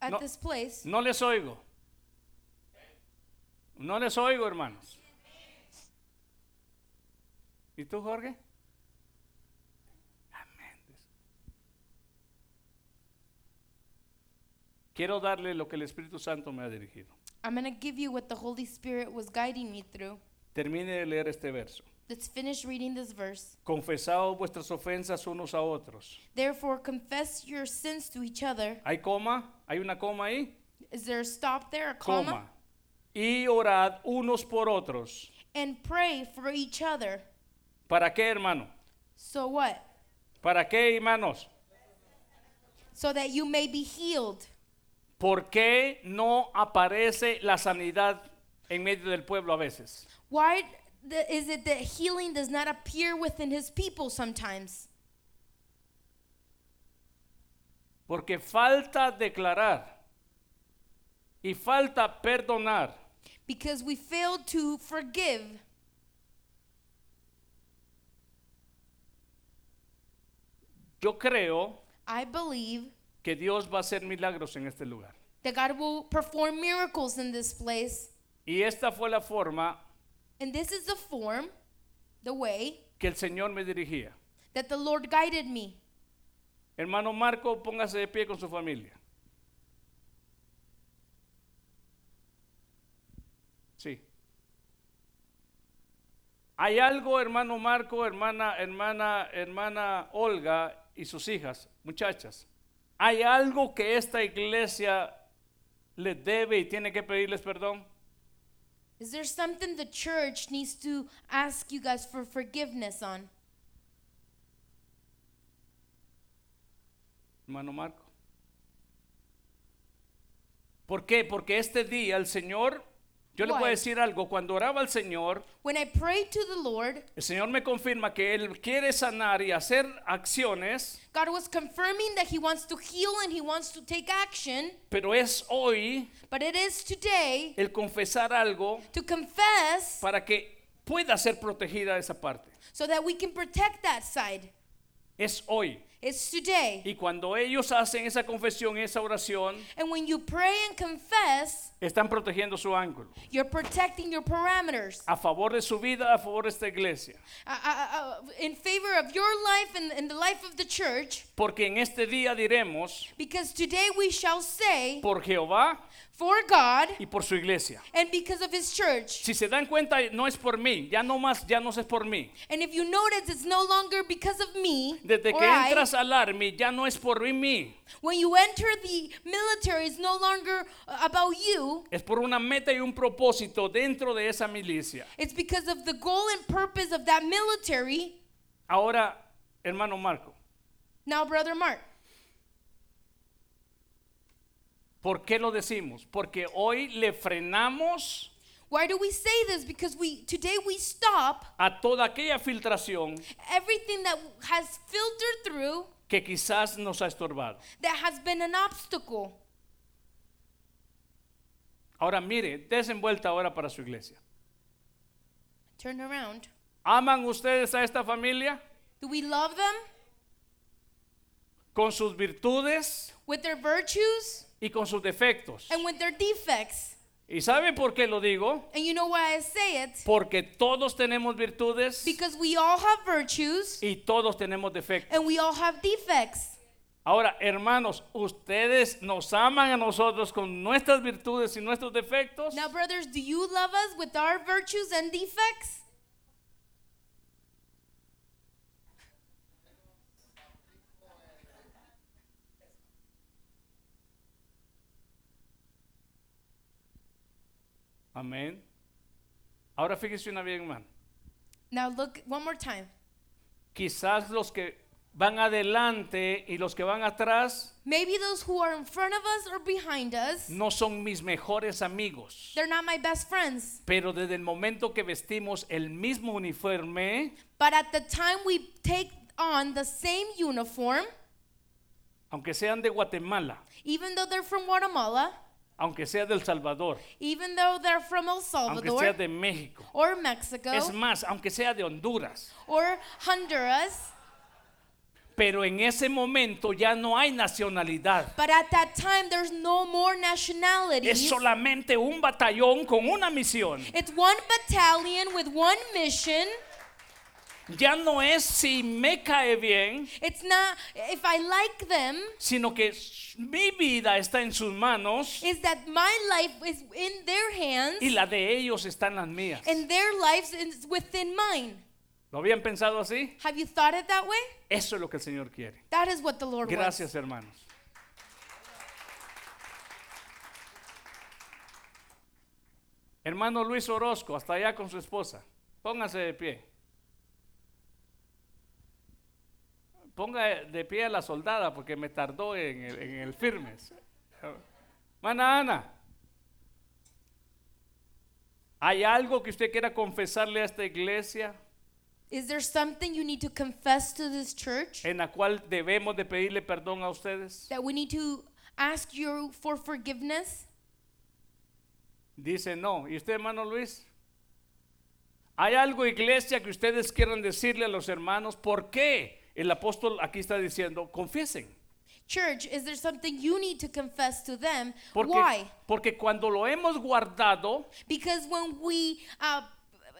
Speaker 3: at
Speaker 1: No.
Speaker 3: this place?
Speaker 1: No les oigo. No les oigo, hermanos. ¿Y tú, Jorge? Amén. Quiero darle lo que el Espíritu Santo me ha dirigido.
Speaker 3: I'm going to give you what the Holy Spirit was guiding me through.
Speaker 1: Termine de leer este verso.
Speaker 3: Let's finish reading this verse.
Speaker 1: Confesaos vuestras ofensas unos a otros.
Speaker 3: Therefore, confess your sins to each other.
Speaker 1: ¿Hay coma? ¿Hay una coma ahí?
Speaker 3: Is there a stop there? A comma?
Speaker 1: Coma. Y orad unos por otros.
Speaker 3: And pray for each other.
Speaker 1: ¿Para qué, hermano?
Speaker 3: So what?
Speaker 1: ¿Para qué, hermanos?
Speaker 3: so that you may be healed.
Speaker 1: ¿Por qué no aparece la sanidad en medio del pueblo a veces?
Speaker 3: Why the, is it that healing does not appear within his people sometimes?
Speaker 1: Porque falta declarar y falta perdonar.
Speaker 3: Because we fail to forgive.
Speaker 1: Yo creo
Speaker 3: I believe
Speaker 1: que Dios va a hacer milagros en este lugar.
Speaker 3: that God will perform miracles in this place.
Speaker 1: Y esta fue la forma
Speaker 3: And this is the form, the way
Speaker 1: que el Señor me dirigía.
Speaker 3: that the Lord guided me.
Speaker 1: Hermano Marco, póngase de pie con su familia. Sí. Hay algo, hermano Marco, hermana, hermana, hermana Olga y sus hijas, muchachas. Hay algo que esta iglesia les debe y tiene que pedirles perdón.
Speaker 3: Is there something the church needs to ask you guys for forgiveness on?
Speaker 1: hermano Marco. ¿Por qué? Porque este día el Señor, yo le voy a
Speaker 3: Why?
Speaker 1: decir algo, cuando oraba al Señor,
Speaker 3: When I pray to the Lord,
Speaker 1: el Señor me confirma que Él quiere sanar y hacer acciones,
Speaker 3: God was confirming that He wants to heal and He wants to take action.
Speaker 1: pero es hoy
Speaker 3: But it is today
Speaker 1: el confesar algo
Speaker 3: to confess
Speaker 1: para que pueda ser protegida esa parte.
Speaker 3: so that we can protect that side.
Speaker 1: Es hoy.
Speaker 3: It's today.
Speaker 1: Y cuando ellos hacen esa confesión, esa oración,
Speaker 3: And when you pray and confess,
Speaker 1: están protegiendo su ángulo.
Speaker 3: you're protecting your parameters
Speaker 1: A favor de su vida, a favor de esta iglesia.
Speaker 3: uh, uh, uh, in favor of your life and, and the life of the church.
Speaker 1: Porque en este día diremos,
Speaker 3: Because today we shall say,
Speaker 1: por Jehová
Speaker 3: for God
Speaker 1: y por su iglesia.
Speaker 3: and because of His church.
Speaker 1: Si se dan cuenta, no es por mí, ya no más, ya no es por mí.
Speaker 3: And if you notice, it's no longer because of me
Speaker 1: Desde
Speaker 3: or
Speaker 1: que
Speaker 3: I.
Speaker 1: entras al army, ya no es por mí,
Speaker 3: When you enter the military, it's no longer uh, about you.
Speaker 1: es por una meta y un propósito dentro de esa milicia.
Speaker 3: It's because of the goal and purpose of that military.
Speaker 1: Ahora, hermano Marco,
Speaker 3: Now, Brother Mark,
Speaker 1: ¿por qué lo decimos? Porque hoy le frenamos
Speaker 3: why do we say this? Because we today we stop
Speaker 1: a toda aquella filtración
Speaker 3: everything that has filtered through
Speaker 1: que quizás nos ha estorbado.
Speaker 3: that has been an obstacle.
Speaker 1: Ahora mire, desenvuelta ahora para su iglesia.
Speaker 3: Turn around.
Speaker 1: ¿Aman ustedes a esta familia
Speaker 3: Do we love them
Speaker 1: con sus virtudes
Speaker 3: with their virtues
Speaker 1: y con sus defectos?
Speaker 3: and with their defects?
Speaker 1: ¿Y sabe por qué lo digo?
Speaker 3: And you know why I say it?
Speaker 1: Porque todos tenemos virtudes
Speaker 3: Because we all have virtues
Speaker 1: y todos tenemos defectos.
Speaker 3: and we all have defects.
Speaker 1: Ahora, hermanos, ustedes nos aman a nosotros con nuestras virtudes y nuestros defectos.
Speaker 3: Now, brothers, do you love us with our virtues and defects?
Speaker 1: Amén. Ahora fíjese una bien, hermano.
Speaker 3: Now, look one more time.
Speaker 1: Quizás los que van adelante y los que van atrás
Speaker 3: Maybe those who are in front of us or behind us,
Speaker 1: no son mis mejores amigos.
Speaker 3: they're not my best friends.
Speaker 1: Pero desde el momento que vestimos el mismo uniforme,
Speaker 3: But at the time we take on the same uniform,
Speaker 1: aunque sean de Guatemala,
Speaker 3: even though they're from Guatemala,
Speaker 1: aunque sea del Salvador,
Speaker 3: even though they're from El
Speaker 1: aunque
Speaker 3: Salvador
Speaker 1: sea de México,
Speaker 3: or Mexico
Speaker 1: es más, aunque sea de Honduras,
Speaker 3: or Honduras,
Speaker 1: pero en ese momento ya no hay nacionalidad.
Speaker 3: but at that time there's no more
Speaker 1: Es
Speaker 3: nationalities.
Speaker 1: solamente un batallón con una misión.
Speaker 3: It's one battalion with one mission.
Speaker 1: Ya no es si me cae bien,
Speaker 3: It's not if I like them,
Speaker 1: sino que s- mi vida está en sus manos
Speaker 3: is that my life is in their hands
Speaker 1: y la de ellos está en las mías.
Speaker 3: and their lives is within mine.
Speaker 1: ¿Lo habían pensado así?
Speaker 3: Have you thought it that way?
Speaker 1: Eso es lo que el Señor quiere.
Speaker 3: That is what the Lord
Speaker 1: Gracias,
Speaker 3: wants.
Speaker 1: hermanos. Hermano Luis Orozco, hasta allá con su esposa. Póngase de pie. Ponga de pie a la soldada porque me tardó en el, en el firmes. Mana Ana, ¿hay algo que usted quiera confesarle a esta iglesia
Speaker 3: Is there something you need to confess to this church
Speaker 1: en la cual debemos de pedirle perdón a ustedes?
Speaker 3: that we need to ask you for forgiveness?
Speaker 1: Dice no. ¿Y usted, hermano Luis? ¿Hay algo, iglesia, que ustedes quieran decirle a los hermanos? ¿Por qué? El apóstol aquí está diciendo, confiesen.
Speaker 3: Church, is there something you need to confess to them?
Speaker 1: Porque,
Speaker 3: Why?
Speaker 1: porque cuando lo hemos guardado,
Speaker 3: Because when we uh,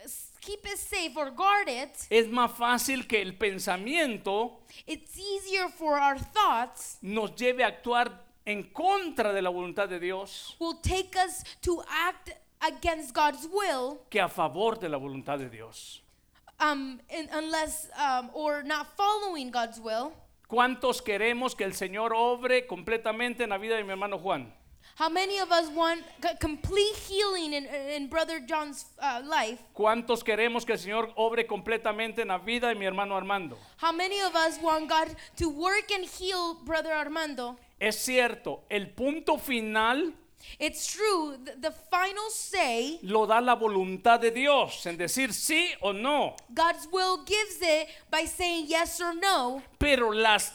Speaker 3: s- keep it safe or guard it,
Speaker 1: es más fácil que el pensamiento
Speaker 3: it's easier for our thoughts
Speaker 1: nos lleve a actuar en contra de la voluntad de Dios
Speaker 3: will take us to act against God's will,
Speaker 1: que a favor de la voluntad de Dios.
Speaker 3: um, in, unless um, or not following God's will.
Speaker 1: ¿Cuántos queremos que el Señor obre completamente en la vida de mi hermano Juan?
Speaker 3: How many of us want c- complete healing in, in Brother John's uh, life?
Speaker 1: ¿Cuántos queremos que el Señor obre completamente en la vida de mi hermano Armando?
Speaker 3: How many of us want God to work and heal Brother Armando?
Speaker 1: Es cierto, el punto final
Speaker 3: It's true, th- the final say,
Speaker 1: lo da la voluntad de Dios en decir sí o no,
Speaker 3: God's will gives it by saying yes or no,
Speaker 1: pero las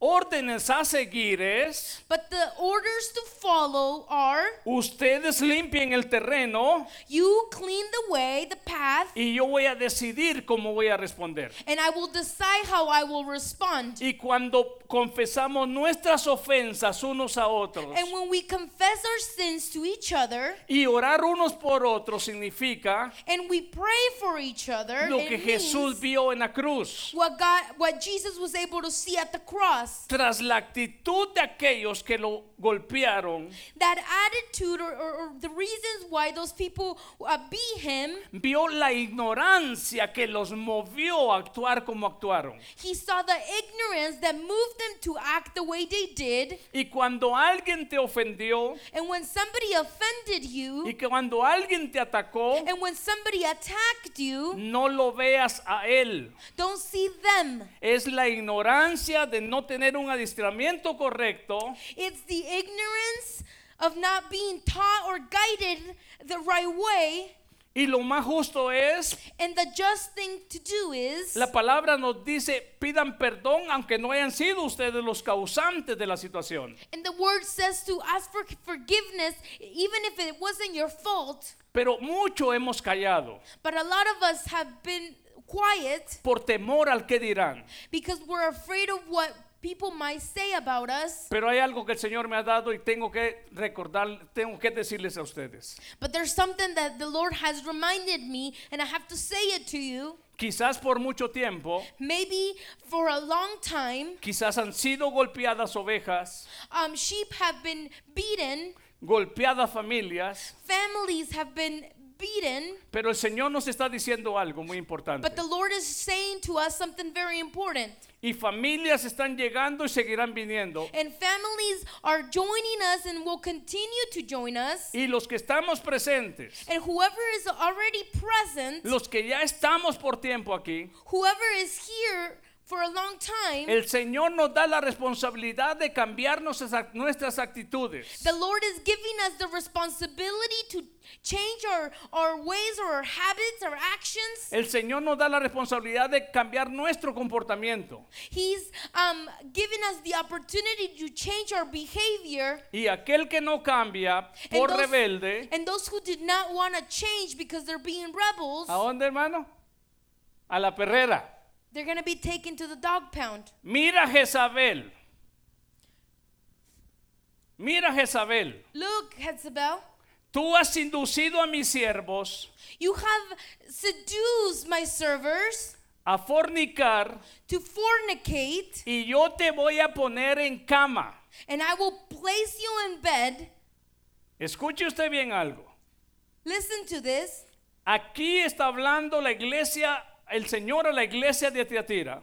Speaker 1: órdenes a seguir es
Speaker 3: but the orders to follow are
Speaker 1: ustedes limpien el terreno
Speaker 3: you clean the way, the path,
Speaker 1: y yo voy a decidir cómo voy a responder.
Speaker 3: and I will decide how I will respond.
Speaker 1: Y cuando confesamos nuestras ofensas unos a otros
Speaker 3: And when we confess our sins to each other
Speaker 1: y orar unos por otros significa
Speaker 3: and we pray for each other,
Speaker 1: lo
Speaker 3: it
Speaker 1: que Jesús
Speaker 3: means
Speaker 1: vio en la cruz.
Speaker 3: what God what Jesus was able to see at the cross. cross,
Speaker 1: tras la actitud de aquellos que lo golpearon,
Speaker 3: that attitude or, or, or the reasons why those people uh, beat him,
Speaker 1: vio la ignorancia que los movió a actuar como actuaron.
Speaker 3: he saw the ignorance that moved them to act the way they did.
Speaker 1: Y cuando alguien te ofendió
Speaker 3: And when somebody offended you,
Speaker 1: y que cuando alguien te atacó,
Speaker 3: and when somebody attacked you,
Speaker 1: no lo veas a él.
Speaker 3: don't see them.
Speaker 1: Es la ignorancia de no tener un adiestramiento correcto
Speaker 3: It's the ignorance of not being taught or guided the right way.
Speaker 1: y lo más justo es
Speaker 3: And the just thing to do is
Speaker 1: La palabra nos dice, pidan perdón aunque no hayan sido ustedes los causantes de la situación.
Speaker 3: And the word says to ask for forgiveness, even if it wasn't your fault.
Speaker 1: Pero mucho hemos callado
Speaker 3: But a lot of us have been quiet
Speaker 1: por temor al que dirán.
Speaker 3: because we're afraid of what people might say about us.
Speaker 1: Pero hay algo que el Señor me ha dado y tengo que recordar, tengo que decirles a ustedes.
Speaker 3: But there's something that the Lord has reminded me, and I have to say it to you.
Speaker 1: Quizás por mucho tiempo,
Speaker 3: Maybe for a long time,
Speaker 1: quizás han sido golpeadas ovejas,
Speaker 3: um, sheep have been beaten,
Speaker 1: golpeadas familias,
Speaker 3: families have been beaten,
Speaker 1: pero el Señor nos está diciendo algo muy importante.
Speaker 3: but the Lord is saying to us something very important.
Speaker 1: Y familias están llegando y seguirán viniendo.
Speaker 3: And families are joining us and will continue to join us.
Speaker 1: Y los que estamos presentes,
Speaker 3: And whoever is already present,
Speaker 1: Los que ya estamos por tiempo aquí,
Speaker 3: whoever is here for a long time,
Speaker 1: el Señor nos da la responsabilidad de cambiar nuestras ac- nuestras actitudes.
Speaker 3: the Lord is giving us the responsibility to change our, our ways or our habits, our actions.
Speaker 1: El Señor nos da la responsabilidad de cambiar nuestro comportamiento.
Speaker 3: He's um, giving us the opportunity to change our behavior.
Speaker 1: Y aquel que no cambia
Speaker 3: And
Speaker 1: por
Speaker 3: those-
Speaker 1: rebelde,
Speaker 3: and those who did not want to change because they're being rebels,
Speaker 1: ¿a dónde hermano? A la perrera.
Speaker 3: they're going to be taken to the dog pound.
Speaker 1: Mira a Jezabel. Mira a Jezabel.
Speaker 3: Look, Hezebel.
Speaker 1: Tú has inducido a mis siervos
Speaker 3: You have seduced my servers
Speaker 1: a fornicar
Speaker 3: to fornicate,
Speaker 1: y yo te voy a poner en cama.
Speaker 3: and I will place you in bed.
Speaker 1: Escuche usted bien algo.
Speaker 3: Listen to this.
Speaker 1: Aquí está hablando la iglesia, el Señor a la iglesia de Tiatira.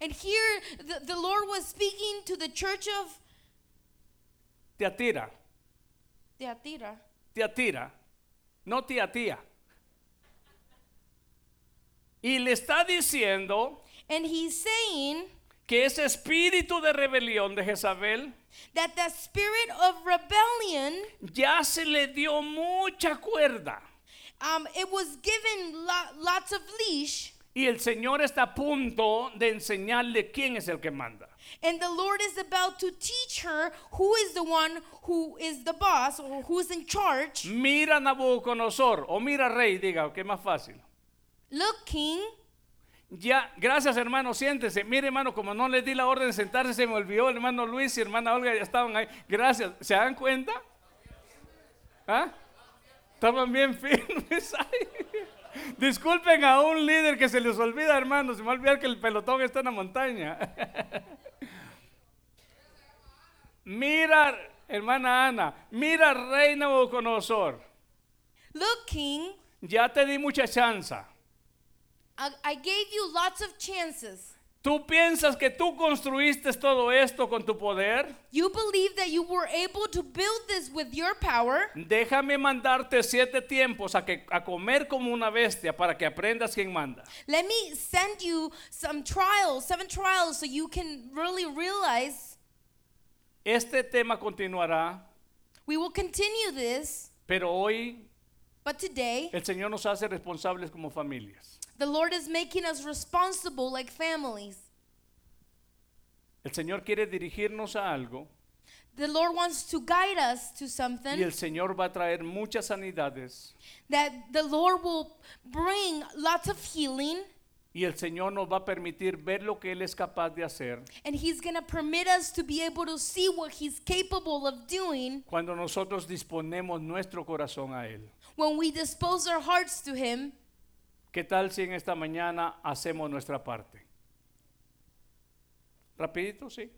Speaker 3: And here the, the Lord was speaking to the church of
Speaker 1: Tiatira,
Speaker 3: Theatira.
Speaker 1: Tiatira, no Tiatía. Y le está diciendo
Speaker 3: And he's saying
Speaker 1: que ese espíritu de rebelión de Jezabel
Speaker 3: that the spirit of rebellion,
Speaker 1: ya se le dio mucha cuerda.
Speaker 3: um, it was given lo- lots of leash.
Speaker 1: Y el Señor está a punto de enseñarle quién es el que manda.
Speaker 3: And the Lord is about to teach her who is the one who is the boss or who's in charge.
Speaker 1: Mira Nabucodonosor o mira Rey, diga, que es más fácil.
Speaker 3: Look, King.
Speaker 1: Ya, gracias hermano, siéntese. Mire hermano, como no les di la orden de sentarse, se me olvidó, hermano Luis y hermana Olga ya estaban ahí. Gracias, ¿se dan cuenta? ¿Ah? Estaban bien firmes ahí. Disculpen a un líder que se les olvida, hermano, se me va a olvidar que el pelotón está en la montaña. Mira, hermana Ana, mira Reina Nabucodonosor,
Speaker 3: Look, King.
Speaker 1: ya te di mucha chance.
Speaker 3: I, I gave you lots of chances.
Speaker 1: ¿Tú piensas que tú construiste todo esto con tu poder?
Speaker 3: You believe that you were able to build this with your power.
Speaker 1: Déjame mandarte siete tiempos a, que, a comer como una bestia para que aprendas quién manda.
Speaker 3: Let me send you some trials, seven trials, so you can really realize
Speaker 1: Este tema continuará,
Speaker 3: we will continue this.
Speaker 1: pero hoy
Speaker 3: But today,
Speaker 1: el Señor nos hace responsables como familias.
Speaker 3: the Lord is making us responsible like families.
Speaker 1: El Señor quiere dirigirnos a algo
Speaker 3: The Lord wants to guide us to
Speaker 1: y
Speaker 3: something
Speaker 1: el Señor va a traer muchas sanidades
Speaker 3: that the Lord will bring lots of healing
Speaker 1: y el Señor nos va a permitir ver lo que Él es capaz de hacer
Speaker 3: and He's going to permit us to be able to see what He's capable of doing
Speaker 1: cuando nosotros disponemos nuestro corazón a Él.
Speaker 3: when we dispose our hearts to Him.
Speaker 1: ¿Qué tal si en esta mañana hacemos nuestra parte? Rapidito, sí.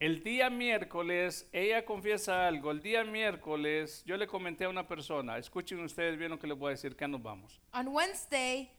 Speaker 1: El día miércoles, ella confiesa algo. El día miércoles, yo le comenté a una persona, escuchen ustedes bien lo que les voy a decir, que nos vamos.
Speaker 3: On Wednesday,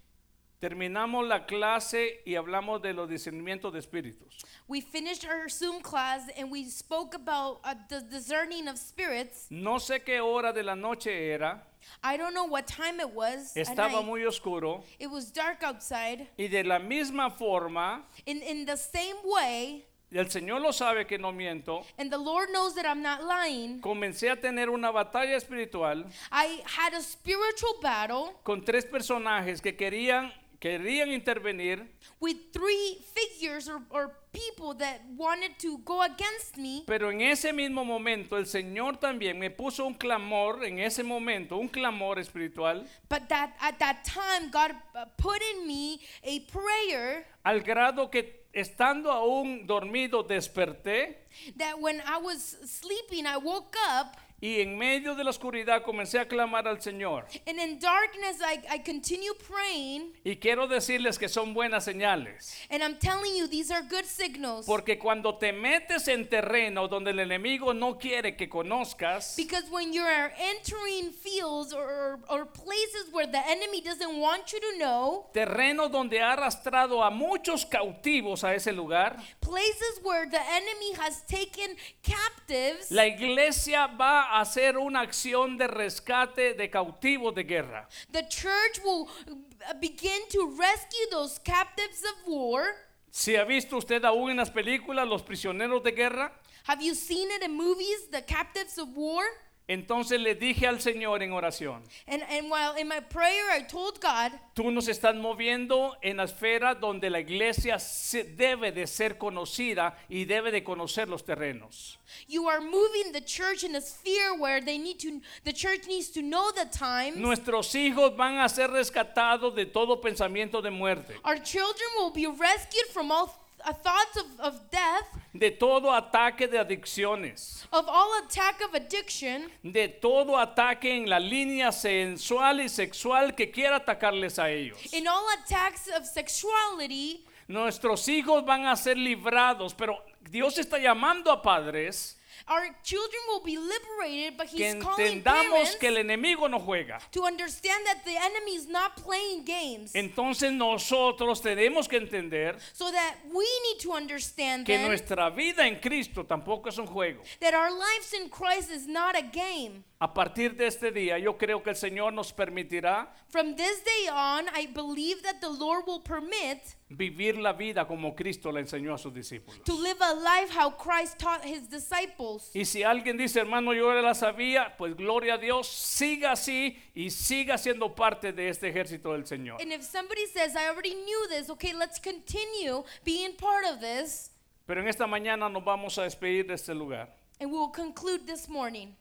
Speaker 1: Terminamos la clase y hablamos de los discernimientos de espíritus.
Speaker 3: we finished our Zoom class and we spoke about uh, the discerning of spirits.
Speaker 1: No sé qué hora de la noche era,
Speaker 3: I don't know what time it was. at
Speaker 1: estaba
Speaker 3: night.
Speaker 1: muy oscuro
Speaker 3: It was dark outside.
Speaker 1: y de la misma forma,
Speaker 3: In, in the same way,
Speaker 1: y el Señor lo sabe que no miento,
Speaker 3: and the Lord knows that I'm not lying,
Speaker 1: comencé a tener una batalla espiritual
Speaker 3: I had a spiritual battle
Speaker 1: con tres personajes que querían, querían intervenir,
Speaker 3: with three figures or, or people that wanted to go against me.
Speaker 1: pero en ese mismo momento el Señor también me puso un clamor, en ese momento, un clamor espiritual,
Speaker 3: But that at that time, God uh, put in me a prayer
Speaker 1: al grado que estando aún dormido desperté.
Speaker 3: that when I was sleeping, I woke up,
Speaker 1: Y en medio de la oscuridad comencé a clamar al Señor.
Speaker 3: and in darkness, I, I continued praying.
Speaker 1: Y quiero decirles que son buenas señales.
Speaker 3: And I'm telling you, these are good signals.
Speaker 1: Porque cuando te metes en terreno donde el enemigo no quiere que conozcas,
Speaker 3: Because when you are entering fields or, or, or places where the enemy doesn't want you to know,
Speaker 1: terreno donde ha arrastrado a muchos cautivos a ese lugar,
Speaker 3: places where the enemy has taken captives,
Speaker 1: la iglesia va a hacer una acción de rescate de cautivos de guerra.
Speaker 3: the church will uh, begin to rescue those captives of war.
Speaker 1: Si ha visto usted aún en las películas los prisioneros de guerra,
Speaker 3: Have you seen it in movies, the captives of war?
Speaker 1: entonces le dije al Señor en oración,
Speaker 3: And, and while in my prayer, I told God,
Speaker 1: Tú nos estás moviendo en la esfera donde la iglesia se- debe de ser conocida y debe de conocer los terrenos.
Speaker 3: You are moving the church in a sphere where they need to, the church needs to know the times.
Speaker 1: Nuestros hijos van a ser rescatados de todo pensamiento de muerte,
Speaker 3: Our children will be rescued from all th- uh, thoughts of, of death,
Speaker 1: de todo ataque de adicciones,
Speaker 3: of all attack of addiction,
Speaker 1: de todo ataque en la línea sensual y sexual que quiera atacarles a ellos.
Speaker 3: in all attacks of sexuality.
Speaker 1: Nuestros hijos van a ser librados, pero Dios está llamando a padres
Speaker 3: Our children will be liberated, but
Speaker 1: que
Speaker 3: he's calling
Speaker 1: entendamos
Speaker 3: parents
Speaker 1: que el enemigo no juega.
Speaker 3: to understand that the enemy is not playing games.
Speaker 1: Entonces nosotros tenemos que entender
Speaker 3: so that we need to understand
Speaker 1: que
Speaker 3: then
Speaker 1: nuestra vida en Cristo tampoco es un juego.
Speaker 3: that our lives in Christ is not a game.
Speaker 1: A partir de este día yo creo que el Señor nos permitirá
Speaker 3: From this day on, I believe that the Lord will permit
Speaker 1: vivir la vida como Cristo la enseñó a sus discípulos.
Speaker 3: to live a life how Christ taught his disciples.
Speaker 1: Y si alguien dice, hermano, yo ya la sabía, pues gloria a Dios, siga así y siga siendo parte de este ejército del Señor.
Speaker 3: And if somebody says, I already knew this, okay, let's continue being part of this,
Speaker 1: Pero en esta mañana nos vamos a despedir de este lugar.
Speaker 3: and we'll conclude this morning.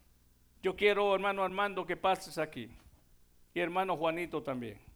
Speaker 1: Yo quiero, hermano Armando, que pases aquí. Y hermano Juanito también.